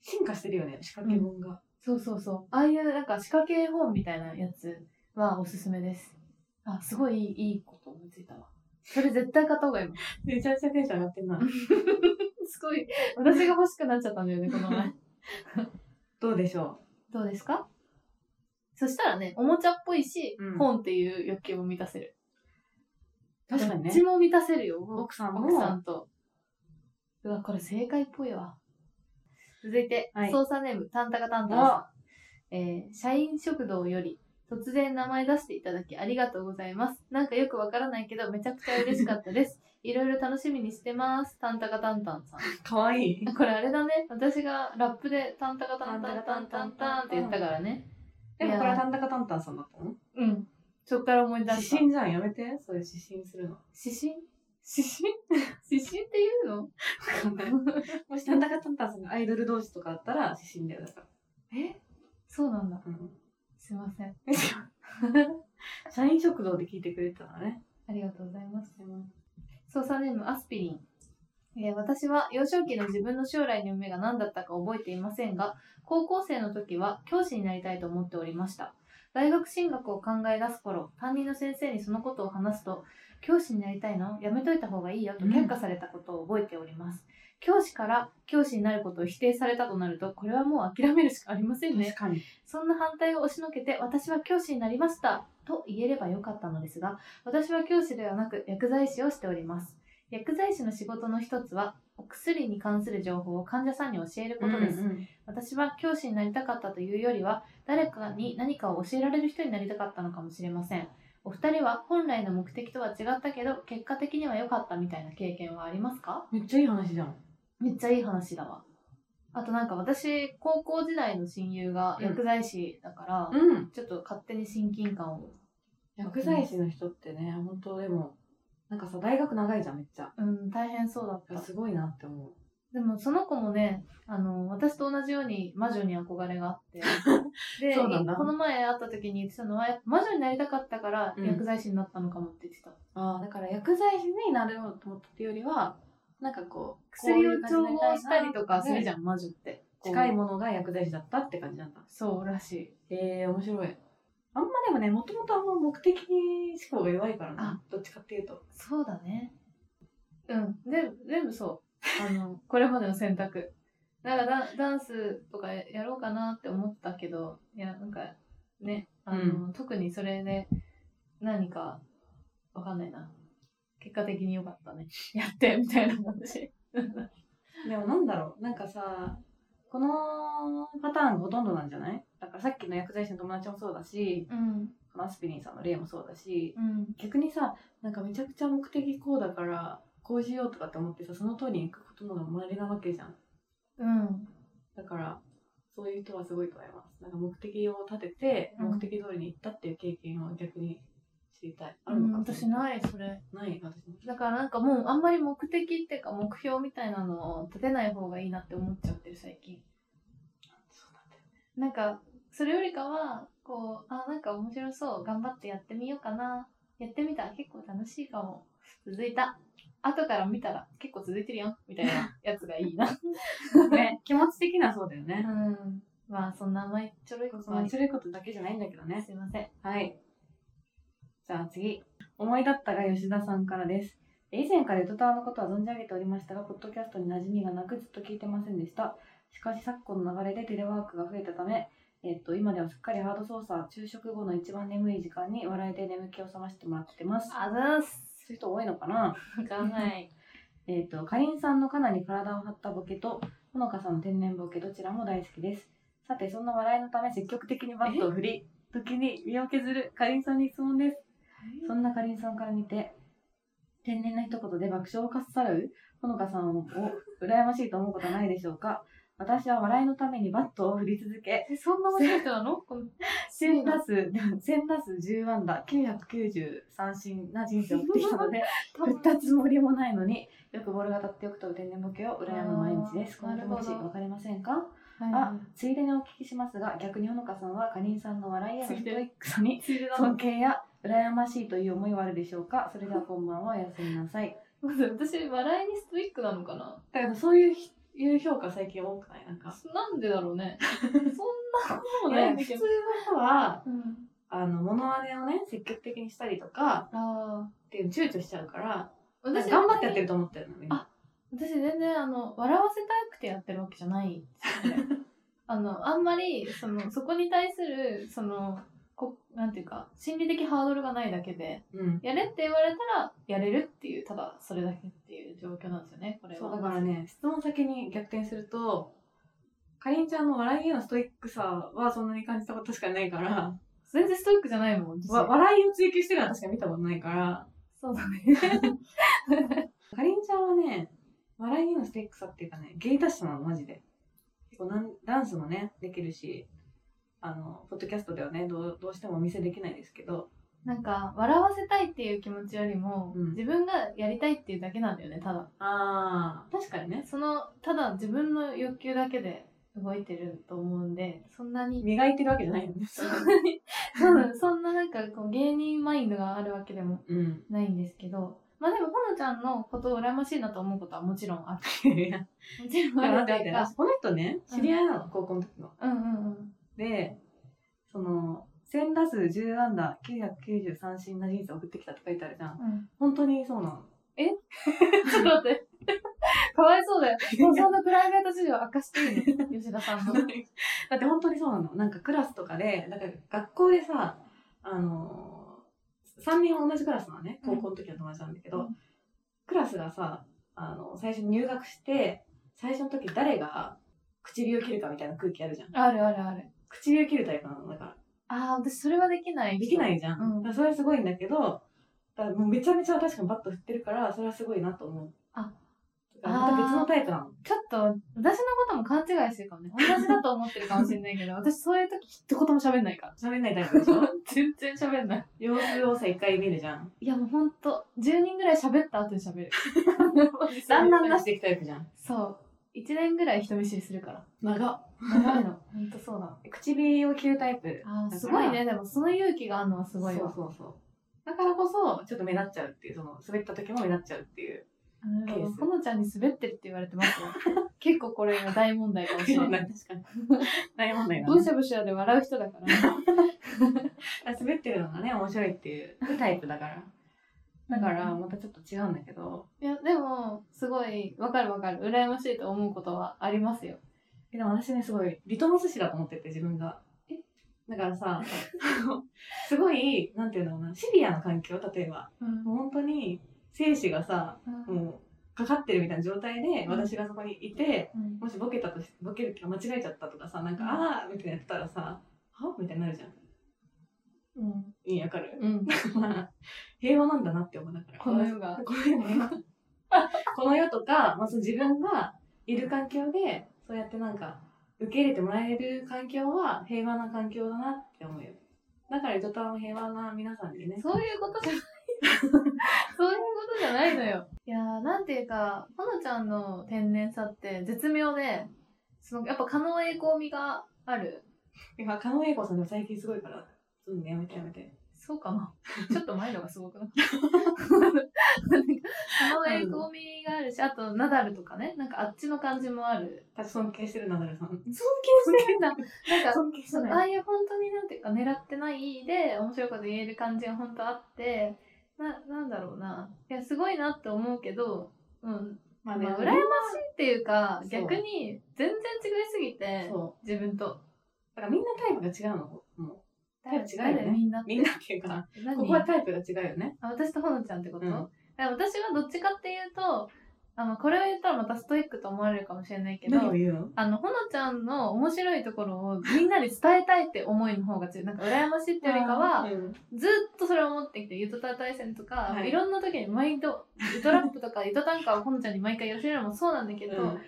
Speaker 4: 進化してるよね仕掛け本が、
Speaker 1: そうそうそう。ああいうなんか仕掛け絵本みたいなやつはおすすめです。あ、すごいいいいいこと思いついたわ。それ絶対買った方がいいもん。
Speaker 4: めちゃめちゃテンション上がってんな
Speaker 1: すごい。私が欲しくなっちゃったんだよね、この
Speaker 4: <laughs>
Speaker 1: 前。
Speaker 4: どうでしょ
Speaker 1: どうですかそしたらね、おもちゃっぽいし、
Speaker 4: うん
Speaker 1: 本っていう欲求も満たせる。
Speaker 4: う確かに
Speaker 1: どっち
Speaker 4: ね
Speaker 1: も満たせるよ、
Speaker 4: 奥さんも
Speaker 1: 奥さんと。うわ、これ正解っぽいわ。続いて、
Speaker 4: はい
Speaker 1: 操作ネーム、タンタカタンタンさん。
Speaker 4: あ
Speaker 1: えー社員食堂より突然名前出していただきありがとうございます。なんかよくわからないけどめちゃくちゃ嬉しかった
Speaker 4: <laughs>
Speaker 1: です。いろいろ楽しみにしてます。タンタカタンタンさん。
Speaker 4: かわいい
Speaker 1: <laughs> これあれだね。私がラップでタンタカタンタンタンタンタンって言ったからね。
Speaker 4: でもこれはタンタカタンタンさんだったの
Speaker 1: うん。そっから思い出した。
Speaker 4: 指針じゃんやめてそれ指針するの
Speaker 1: 指針指針 <laughs> 指針って言うの
Speaker 4: もしタンタカタンタンさんがアイドル同士とかだったら指針だよだから、
Speaker 1: えそうなんだ。
Speaker 4: うん、
Speaker 1: すいません。 <laughs>
Speaker 4: 社員食堂で聞いてくれてたのね
Speaker 1: ありがとうございます。操作ネームアスピリン、えー私は幼少期の自分の将来の夢が何だったか覚えていませんが高校生の時は教師になりたいと思っておりました大学進学を考え出す頃担任の先生にそのことを話すと教師になりたいのやめといた方がいいよと却下されたことを覚えております、教師から教師になることを否定されたとなるとこれはもう諦めるしかありませんね
Speaker 4: 確かに
Speaker 1: そんな反対を押しのけて私は教師になりましたと言えればよかったのですが私は教師ではなく薬剤師をしております薬剤師の仕事の一つはお薬に関する情報を患者さんに教えることです、
Speaker 4: うんうん
Speaker 1: 私は教師になりたかったというよりは誰かに何かを教えられる人になりたかったのかもしれませんお二人は本来の目的とは違ったけど結果的には良かったみたいな経験はありますか
Speaker 4: めっちゃいい話じゃん
Speaker 1: めっちゃいい話だわあとなんか私高校時代の親友が薬剤師だから、
Speaker 4: うん
Speaker 1: ちょっと勝手に親近感を
Speaker 4: 薬剤師の人ってね本当でもなんかさ大学長いじゃんめっちゃ
Speaker 1: うん大変そうだった
Speaker 4: すごいなって思う
Speaker 1: でもその子もねあの私と同じように魔女に憧れがあって <laughs> で
Speaker 4: そうなんだ
Speaker 1: この前会った時に言ってたのはやっぱ魔女になりたかったから
Speaker 4: うん
Speaker 1: 薬剤師になったのかもって言ってた、
Speaker 4: ああだから薬剤師になるようと思ったっていうよりはなんかこう
Speaker 1: 薬を調合したりとかするじ
Speaker 4: ゃん
Speaker 1: ゃん魔女って
Speaker 4: 近い
Speaker 1: こ
Speaker 4: ものが薬剤師だったって感じなんだ
Speaker 1: うそうらしい
Speaker 4: ええ面白いあんまでもねもともとあんま目的思考が弱いからなどっちかっていうと
Speaker 1: そうだね。うん。で、全部そう。あ <laughs> の、これまでの選択。だからダンダンスとかやろうかなって思ったけど、いや、なんか、ね、あの、特にそれで何か、わかんないな。結果的に良かったね。 <laughs> やって、みたいな感じ。
Speaker 4: でもなんだろうなんかさこのパターンがほとんどなんじゃないだからさっきの薬剤師の友達もそうだし
Speaker 1: うん。
Speaker 4: このアスピリンさんの例もそうだし
Speaker 1: うん。
Speaker 4: 逆にさなんかめちゃくちゃ目的こうだからこうしようとかって思ってさその通りに行くことの方が周りなわけじゃん
Speaker 1: うん。
Speaker 4: だからそういう人はすごいと思いますなんか目的を立てて
Speaker 1: うん
Speaker 4: 目的通りに行ったっていう経験を逆に知りたい、
Speaker 1: うん、
Speaker 4: あるのか
Speaker 1: 私ない、それ。
Speaker 4: ない私も
Speaker 1: だからなんかもう、あんまり目的っていうか目標みたいなのを立てない方がいいなって思っちゃってる、最近。
Speaker 4: そうなんだよ
Speaker 1: なんか、それよりかは、こう、あ、なんか面白そう。頑張ってやってみようかな。やってみた。結構楽しいかも。続いた。後から見たら結構続いてるよ。みたい
Speaker 4: <laughs>
Speaker 1: なやつがいいな。 <laughs>
Speaker 4: ね、気持ち的なそうだよ
Speaker 1: う
Speaker 4: ね。
Speaker 1: ん。まあ、そんな甘いちょろいこと
Speaker 4: ま
Speaker 1: は
Speaker 4: あ、それことだけじゃないんだけどね。
Speaker 1: すいません。
Speaker 4: はい。じゃあ次。思い立ったが吉田さんからです。以前からゆとたわのことは存じ上げておりましたが、ポッドキャストに馴染みがなくずっと聞いてませんでした。しかし昨今の流れでテレワークが増えたため、えっと、今ではすっかりハード操作、昼食後の一番眠い時間に笑いで眠気を覚ましてもらってます。
Speaker 1: あざーす。
Speaker 4: そういう人多いのかな
Speaker 1: わかん
Speaker 4: <laughs>
Speaker 1: ない。
Speaker 4: えっ、と、かりんさんのかなり体を張ったボケと、ほのかさんの天然ボケ、どちらも大好きです。さて、そんな笑いのため積極的にバットを振り、時に身を削るかりんさんに質問です。そんなかりんさんから見て、天然な一言で爆笑をかっさらうほのかさんを羨ましいと思うことはないでしょうか私は笑いのためにバットを振り続け、
Speaker 1: え、そんな面白い人な <laughs> のこの
Speaker 4: 1000打数、1000打数10安打、993振な人生を送ってきたので、振ったつもりもないのによくボールが当たってよく飛ぶ天然ボケを羨む毎日です。
Speaker 1: あ
Speaker 4: こ
Speaker 1: ー
Speaker 4: の気持ち
Speaker 1: なるほど
Speaker 4: わかりませんか
Speaker 1: あ
Speaker 4: あ、ついでにお聞きしますが、逆にほのかさんはかりんさんの笑いや
Speaker 1: つ
Speaker 4: の
Speaker 1: い
Speaker 4: ス
Speaker 1: で
Speaker 4: トイックさに
Speaker 1: ついでなの
Speaker 4: 尊敬や羨ましいという思いはあるでしょうかそれではこんばんはおやすみなさい。
Speaker 1: まず私、笑いにストイックなのかな
Speaker 4: <laughs> だからそういういう評価最近多くないなんか。
Speaker 1: なんでだろう
Speaker 4: <laughs>
Speaker 1: ね。そんなことも
Speaker 4: い
Speaker 1: な
Speaker 4: や
Speaker 1: いん
Speaker 4: 普
Speaker 1: だ
Speaker 4: 通
Speaker 1: け
Speaker 4: の
Speaker 1: ど。
Speaker 4: 人は、
Speaker 1: うん。
Speaker 4: あの、物真似をね、積極的にしたりとか、
Speaker 1: ああ。
Speaker 4: っていうの躊躇しちゃうから、なん
Speaker 1: 私、
Speaker 4: か頑張ってやってると思ったよね。
Speaker 1: あ私全然あの笑わせたくてやってるわけじゃないんです
Speaker 4: <laughs>
Speaker 1: よねあのあんまりそのそこに対するそのこなんていうか心理的ハードルがないだけで
Speaker 4: うん。
Speaker 1: やれって言われたらやれるっていうただそれだけっていう状況なんですよねこれは
Speaker 4: そうだからね質問先に逆転するとかりんちゃんの笑いへのストイックさはそんなに感じたこと確かにないから
Speaker 1: 全然ストイックじゃないもん私
Speaker 4: わ笑いを追求してるのは確かに見たことないから
Speaker 1: そうだね <laughs>
Speaker 4: かりんちゃんはね笑いへのストイックさっていうかね芸達者なのマジで結構なんダンスもねできるしあのポッドキャストではねどうどうしてもお見せできないですけど
Speaker 1: なんか笑わせたいっていう気持ちよりも、
Speaker 4: うん
Speaker 1: 自分がやりたいっていうだけなんだよねただ
Speaker 4: あー確かにね
Speaker 1: そのただ自分の欲求だけで動いてると思うんでそんなに
Speaker 4: 磨いてるわけじゃないんです <laughs>
Speaker 1: そんなに <laughs> そうそんななんかこう芸人マインドがあるわけでも
Speaker 4: うん
Speaker 1: ないんですけどまあでもほのちゃんのことを羨ましいなと思うことはもちろんある
Speaker 4: いや
Speaker 1: もちろん
Speaker 4: 待
Speaker 1: <laughs> ある
Speaker 4: っ
Speaker 1: と
Speaker 4: て待っ
Speaker 1: い
Speaker 4: て
Speaker 1: うか
Speaker 4: この人ね知り合いなの、高校の時の
Speaker 1: うんうんうん
Speaker 4: で、その、1000打数10安打993振な人生送ってきたとか書いてあるじゃん。
Speaker 1: うん
Speaker 4: 本当にそうなの。
Speaker 1: ちょっと待って <laughs> かわいそうだよも <laughs> うそんなプライベート事情明かしていいの <laughs> 吉田さんの
Speaker 4: だって本当にそうなの。なんかクラスとかで、なんか学校でさ、あのー、3人同じクラスなのね、
Speaker 1: うん
Speaker 4: 高校の時の友達なんだけ
Speaker 1: う
Speaker 4: ど、
Speaker 1: ん
Speaker 4: クラスがさ、あの、最初に入学して、最初の時誰が唇を切るかみたいな空気あるじゃん。
Speaker 1: あるあるある
Speaker 4: 唇を切るタイプなの、だから。
Speaker 1: ああ私それはできない
Speaker 4: できないいじゃん。
Speaker 1: うん
Speaker 4: だからそれはすごいんだけど、だからもうめちゃめちゃ確かにバット振ってるから、それはすごいなと思う。
Speaker 1: あ
Speaker 4: だからまた別のタイプなの。
Speaker 1: ちょっと私のことも勘違いしてるかもね同じだと思ってるかもしれないけど私そういう時一言も喋んない <laughs> から
Speaker 4: 喋んないタイプ <laughs> でしょ
Speaker 1: 全然喋んない
Speaker 4: 様子をさ、一回見るじゃん。
Speaker 1: いやもうほんと10人ぐらい喋った後に
Speaker 4: <laughs>
Speaker 1: 喋る
Speaker 4: だんだん出していくタイプじゃん。
Speaker 1: そう1年ぐらい人見知りするから
Speaker 4: 長っ。
Speaker 1: 長
Speaker 4: <laughs>
Speaker 1: いのほんとそうだ
Speaker 4: 唇を切るタイプ。
Speaker 1: あ
Speaker 4: ー
Speaker 1: すごいねでもその勇気があるのはす
Speaker 4: す
Speaker 1: ご
Speaker 4: ご
Speaker 1: い
Speaker 4: い
Speaker 1: わ
Speaker 4: そうそうそう。だからこそ、ちょっと目立っちゃうっていう、その、滑った時も目立っちゃうっていう。
Speaker 1: なるほど
Speaker 4: ケース
Speaker 1: ほのちゃんに滑ってるって言われて
Speaker 4: <laughs>
Speaker 1: ますよ結構これが大問題かもしれ
Speaker 4: 確か
Speaker 1: ない
Speaker 4: に。大問題だ
Speaker 1: ブ
Speaker 4: ね。
Speaker 1: シャブシャで笑う人だから、
Speaker 4: 滑ってるのがね、面白いっていうタイプだから。 <laughs> だから、またちょっと違うんだけど。
Speaker 1: いやでもすごいわかるわかる羨ましいと思うことはありますよ
Speaker 4: えでも私ね、すごい、リトマス紙だと思ってて、自分が。
Speaker 1: え
Speaker 4: だか
Speaker 1: <laughs>
Speaker 4: らさ、あのすごい、なんていうんだろうな、シビアな環境、例えば。
Speaker 1: うん
Speaker 4: もう本当に、精子がさ、もう、かかってるみたいな状態で、
Speaker 1: うん
Speaker 4: 私がそこにいて、
Speaker 1: うん
Speaker 4: もしボケたとし、ボケるか間違えちゃったとかさ、なんか、
Speaker 1: うん
Speaker 4: あーみたいなやってたらさ、はみたいになるじゃん。
Speaker 1: うん
Speaker 4: いい、わかる。
Speaker 1: うん、
Speaker 4: 平和なんだなって思う。だから。
Speaker 1: この世が
Speaker 4: この世がこの世とか、まあ、その自分がいる環境で、そうやってなんか、受け入れてもらえる環境は平和な環境だなって思うよ。だから、ジョタンは平和な皆さんでね。
Speaker 1: そういうことじゃない。そういうことじゃないのよ。いやー、なんていうか、ほのちゃんの天然さって絶妙で、そのやっぱ可能栄光味がある。
Speaker 4: てか、狩野英孝さんでも最近すごいから、そうね、やめてやめて。
Speaker 1: そうかな。ちょっと前のがすごくなかった。可能栄光味があるし、あとナダルとかね、なんかあっちの感じもある。
Speaker 4: 私尊敬してるナダルさん。
Speaker 1: 尊敬してるんだ。なんか、
Speaker 4: 尊敬して
Speaker 1: そう
Speaker 4: な
Speaker 1: あ
Speaker 4: い。
Speaker 1: あいう本当になんていうか狙ってないで面白いこと言える感じが本当あってななんだろうないやすごいなって思うけど、うんまあ、
Speaker 4: ま
Speaker 1: 羨ましい
Speaker 4: 羨ま
Speaker 1: っていうか
Speaker 4: そう
Speaker 1: 逆に全然違いすぎて
Speaker 4: そ
Speaker 1: 自分と
Speaker 4: だからみんなタイプが違うの。もうタイプ違うよ
Speaker 1: 誰
Speaker 4: ね。
Speaker 1: みんなって
Speaker 4: みんなっていうか、
Speaker 1: 何
Speaker 4: ここはタイプが違うよね。
Speaker 1: あ私とほのちゃんってこと、
Speaker 4: うん
Speaker 1: だから私はどっちかっていうとあのこれを言ったらまたストイックと思われるかもしれないけど
Speaker 4: 何を言うの
Speaker 1: あのほのちゃんの面白いところをみんなに伝えたいって思いの方が強いなんか羨ましいってよりかは
Speaker 4: うん
Speaker 1: ずっとそれを持ってきてゆとたわ大戦とか、
Speaker 4: はい
Speaker 1: い、ろんな時に毎度ゆとラップとかゆと短歌をほのちゃんに毎回寄せるのもそうなんだけど、もう引き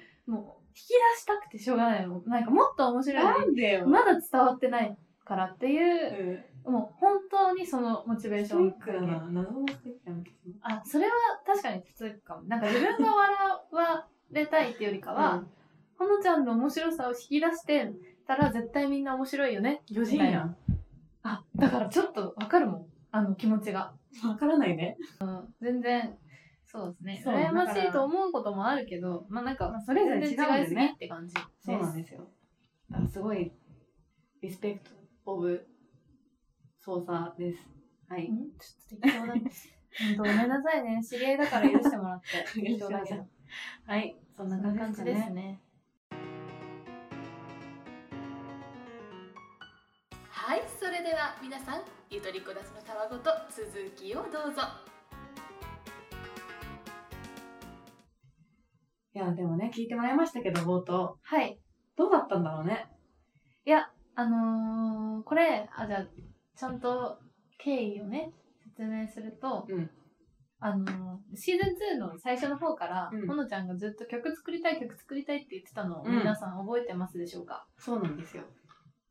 Speaker 1: 出したくてしょうがないのなんかもっと面白いのに
Speaker 4: なんでよ。
Speaker 1: まだ伝わってないからっていうう、
Speaker 4: ん
Speaker 1: もう本当にそのモチベー
Speaker 4: ス
Speaker 1: シ
Speaker 4: ト
Speaker 1: ョ
Speaker 4: イッ
Speaker 1: ン
Speaker 4: クだな。謎のストイックだな。
Speaker 1: あそれは確かにきついかもなんか自分が笑われたいっていうよりかは、ほのちゃんの面白さを引き出してたら絶対みんな面白いよね
Speaker 4: うん、4人やん。
Speaker 1: あだからちょっとわかるもんあの気持ちが
Speaker 4: わからないね。
Speaker 1: 全然そうですね
Speaker 4: そう
Speaker 1: 羨まし
Speaker 4: だから
Speaker 1: いと思うこともあるけどまあなんか、
Speaker 4: まあそ
Speaker 1: そ
Speaker 4: れ
Speaker 1: れ
Speaker 4: ぞれ
Speaker 1: 全
Speaker 4: 違
Speaker 1: 然
Speaker 4: うんだ
Speaker 1: 違
Speaker 4: よね
Speaker 1: いすぎって感じです
Speaker 4: そうなんですよ。だからすごい、リスペクト、オブ、操作です。はい。
Speaker 1: んちょっと適当だ本当ごめんなさい
Speaker 4: <laughs>
Speaker 1: ね知り合いだから許してもらって適当だけど
Speaker 4: はい。そん
Speaker 1: そ
Speaker 4: なん
Speaker 1: な
Speaker 4: 感
Speaker 1: 感
Speaker 4: じ
Speaker 1: じ
Speaker 4: で
Speaker 1: ですす
Speaker 4: ね。
Speaker 1: ね
Speaker 5: はいそれでは皆さんゆとりこだすのたわごと続きをどうぞ
Speaker 4: いや、でもね、聞いてもらいましたけど、冒頭。
Speaker 1: はい
Speaker 4: どうだったんだろうね。
Speaker 1: あのー、これあじゃあちゃんと経緯をね説明すると、
Speaker 4: うん
Speaker 1: あのーシーズン2の最初の方から、
Speaker 4: うん
Speaker 1: ほのちゃんがずっと曲作りたい曲作りたいって言ってたのを
Speaker 4: うん
Speaker 1: 皆さん覚えてますでしょうか、
Speaker 4: そうなんですよ。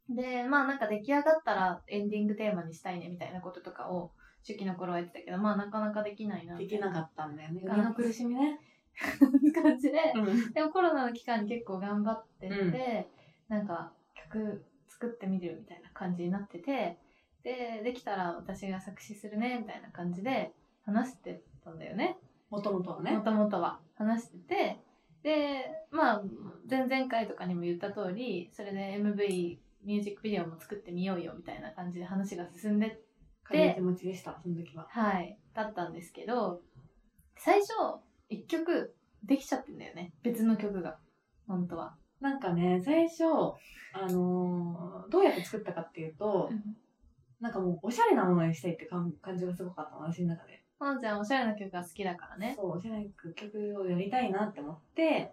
Speaker 1: でまあなんか出来上がったらエンディングテーマにしたいねみたいなこととかを初期の頃は言ってたけどまあなかなかできないな
Speaker 4: できなかったんだよね。
Speaker 1: うん
Speaker 4: 身の苦しみね。
Speaker 1: た感じで、
Speaker 4: うん。
Speaker 1: でもコロナの期間に結構頑張ってて、なんか曲作ってみるみたいな感じになっててでできたら私が作詞するねみたいな感じで話してたんだよね
Speaker 4: もともとは
Speaker 1: も
Speaker 4: ね。
Speaker 1: ともとは話しててでまあ前々回とかにも言った通りそれで MV ミュージックビデオも作ってみようよみたいな感じで話が進んで
Speaker 4: 軽い気持ちでした、その時は。
Speaker 1: はいだったんですけど最初1曲できちゃってんだよね別の曲が本当は。
Speaker 4: なんかね、最初、あのーどうやって作ったかっていうと、なんかもう、おしゃれなものにしたいって感感じがすごかったの、私の中で。
Speaker 1: ほのちゃんおしゃれな曲が好きだからね。
Speaker 4: そう、おしゃれな曲をやりたいなって思って、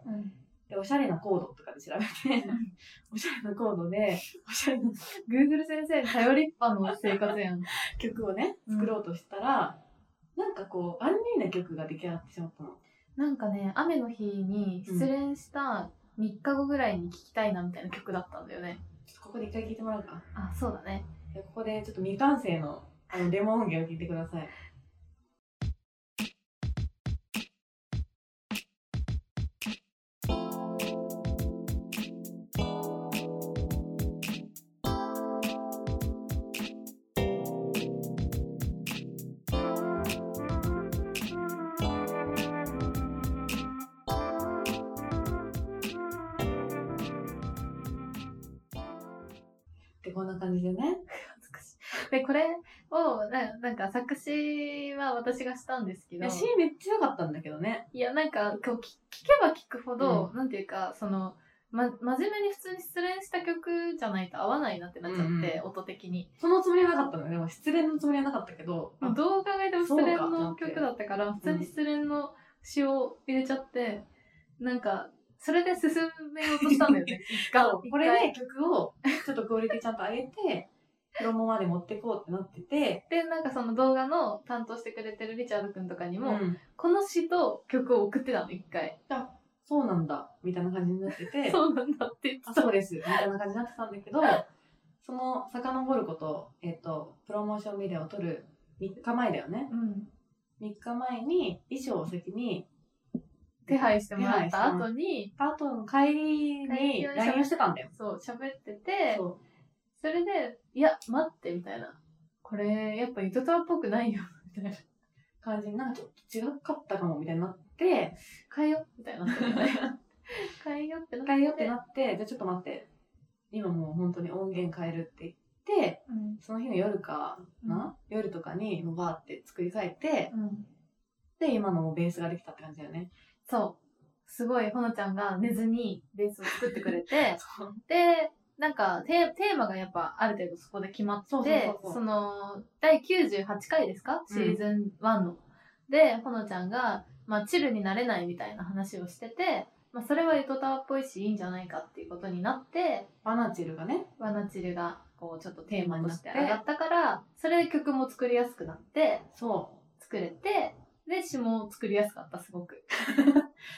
Speaker 4: で、おしゃれなコードとかで調べて、 <laughs> おしゃれなコー
Speaker 1: <laughs>
Speaker 4: ドで、おしゃれな
Speaker 1: Google 先生に頼りっぱの生活やん。
Speaker 4: 曲をね、
Speaker 1: うん
Speaker 4: 作ろうとしたら、なんかこう、安寧な曲が出来上がってしまったの。
Speaker 1: <laughs> なんかね、雨の日に失恋した3日後ぐらいに聴きたいなみたいな曲だったんだよね。
Speaker 4: ちょっとここで一回聴いてもらうか。
Speaker 1: あ、そうだね。
Speaker 4: でここでちょっと未完成の、あの、デモ音源を聴いてください。で、こんな感じでね。
Speaker 1: 恥ずかしい。で、これをな、なんか作詞は私がしたんですけ
Speaker 4: い
Speaker 1: ど
Speaker 4: や、、シーンめっちゃ良かったんだけどね。
Speaker 1: いや、なんかこう聞聞けば聞くほど、なんていうか、その、ま、真面目に普通に失恋した曲じゃないと合わないなってなっちゃって、
Speaker 4: うんうん
Speaker 1: 音的に。
Speaker 4: そのつもりはなかったのよ。でも失恋のつもりはなかったけど、
Speaker 1: もう
Speaker 4: あ
Speaker 1: どう考えても失恋の
Speaker 4: そうか
Speaker 1: 曲だったから普通に失恋の詩を入れちゃって、なんかそれで進めようとしたんだよ
Speaker 4: <laughs>
Speaker 1: ね一回
Speaker 4: そうこれで、曲をちょっとクオリティちゃんと上げて、プロモまで持ってこうってなってて、
Speaker 1: でなんかその動画の担当してくれてるリチャード君とかにも、
Speaker 4: うん
Speaker 1: この詩と曲を送ってたの一回
Speaker 4: あ、そうなんだ、みたいな感じになってて、
Speaker 1: そうなんだって言って
Speaker 4: あ、
Speaker 1: た
Speaker 4: そうです、みたいな感じになってたんだけど、その遡ること、えっ、と、プロモーションビデオを撮る3日前だよね。
Speaker 1: うん、
Speaker 4: 3日前に衣装を先に、
Speaker 1: 手配してもらっ
Speaker 4: 手配
Speaker 1: た
Speaker 4: してもら
Speaker 1: 後に
Speaker 4: パートの帰り
Speaker 1: 帰
Speaker 4: に
Speaker 1: りを
Speaker 4: LINE をしてたんだよ。
Speaker 1: そう喋ってて
Speaker 4: そ
Speaker 1: それで「いや待って」みたいな「これやっぱゆとたわっぽくないよ」みたいな
Speaker 4: う、感じになんかちょっと違かったかも、みたいになって、
Speaker 1: 「変えよう」みたいになったよね変えようってなって
Speaker 4: 変えようってな <laughs> って、じゃあちょっと待って、今もう本当に音源変えるって言って、
Speaker 1: うん
Speaker 4: その日の夜かな、夜とかにもうバーって作り変えて、
Speaker 1: うん
Speaker 4: で、今のもうベースができたって感じだよね。 <laughs>
Speaker 1: そう。すごい、ほのちゃんが寝ずにベースを作ってくれて、で、なんかテーテーマがやっぱある程度そこで決まって
Speaker 4: そうそうそうそう
Speaker 1: の第98回ですかシーズン1の、でほのちゃんが、まあ、チルになれないみたいな話をしてて、まあ、それはゆとたわっぽいしいいんじゃないかっていうことになって
Speaker 4: バナチルがね
Speaker 1: わなチルがこうちょっとテーマとして
Speaker 4: テーマに
Speaker 1: 上
Speaker 4: な
Speaker 1: がったからそれで曲も作りやすくなって
Speaker 4: そ
Speaker 1: 作れてで詞も作りやすかったすご
Speaker 4: <laughs>
Speaker 1: く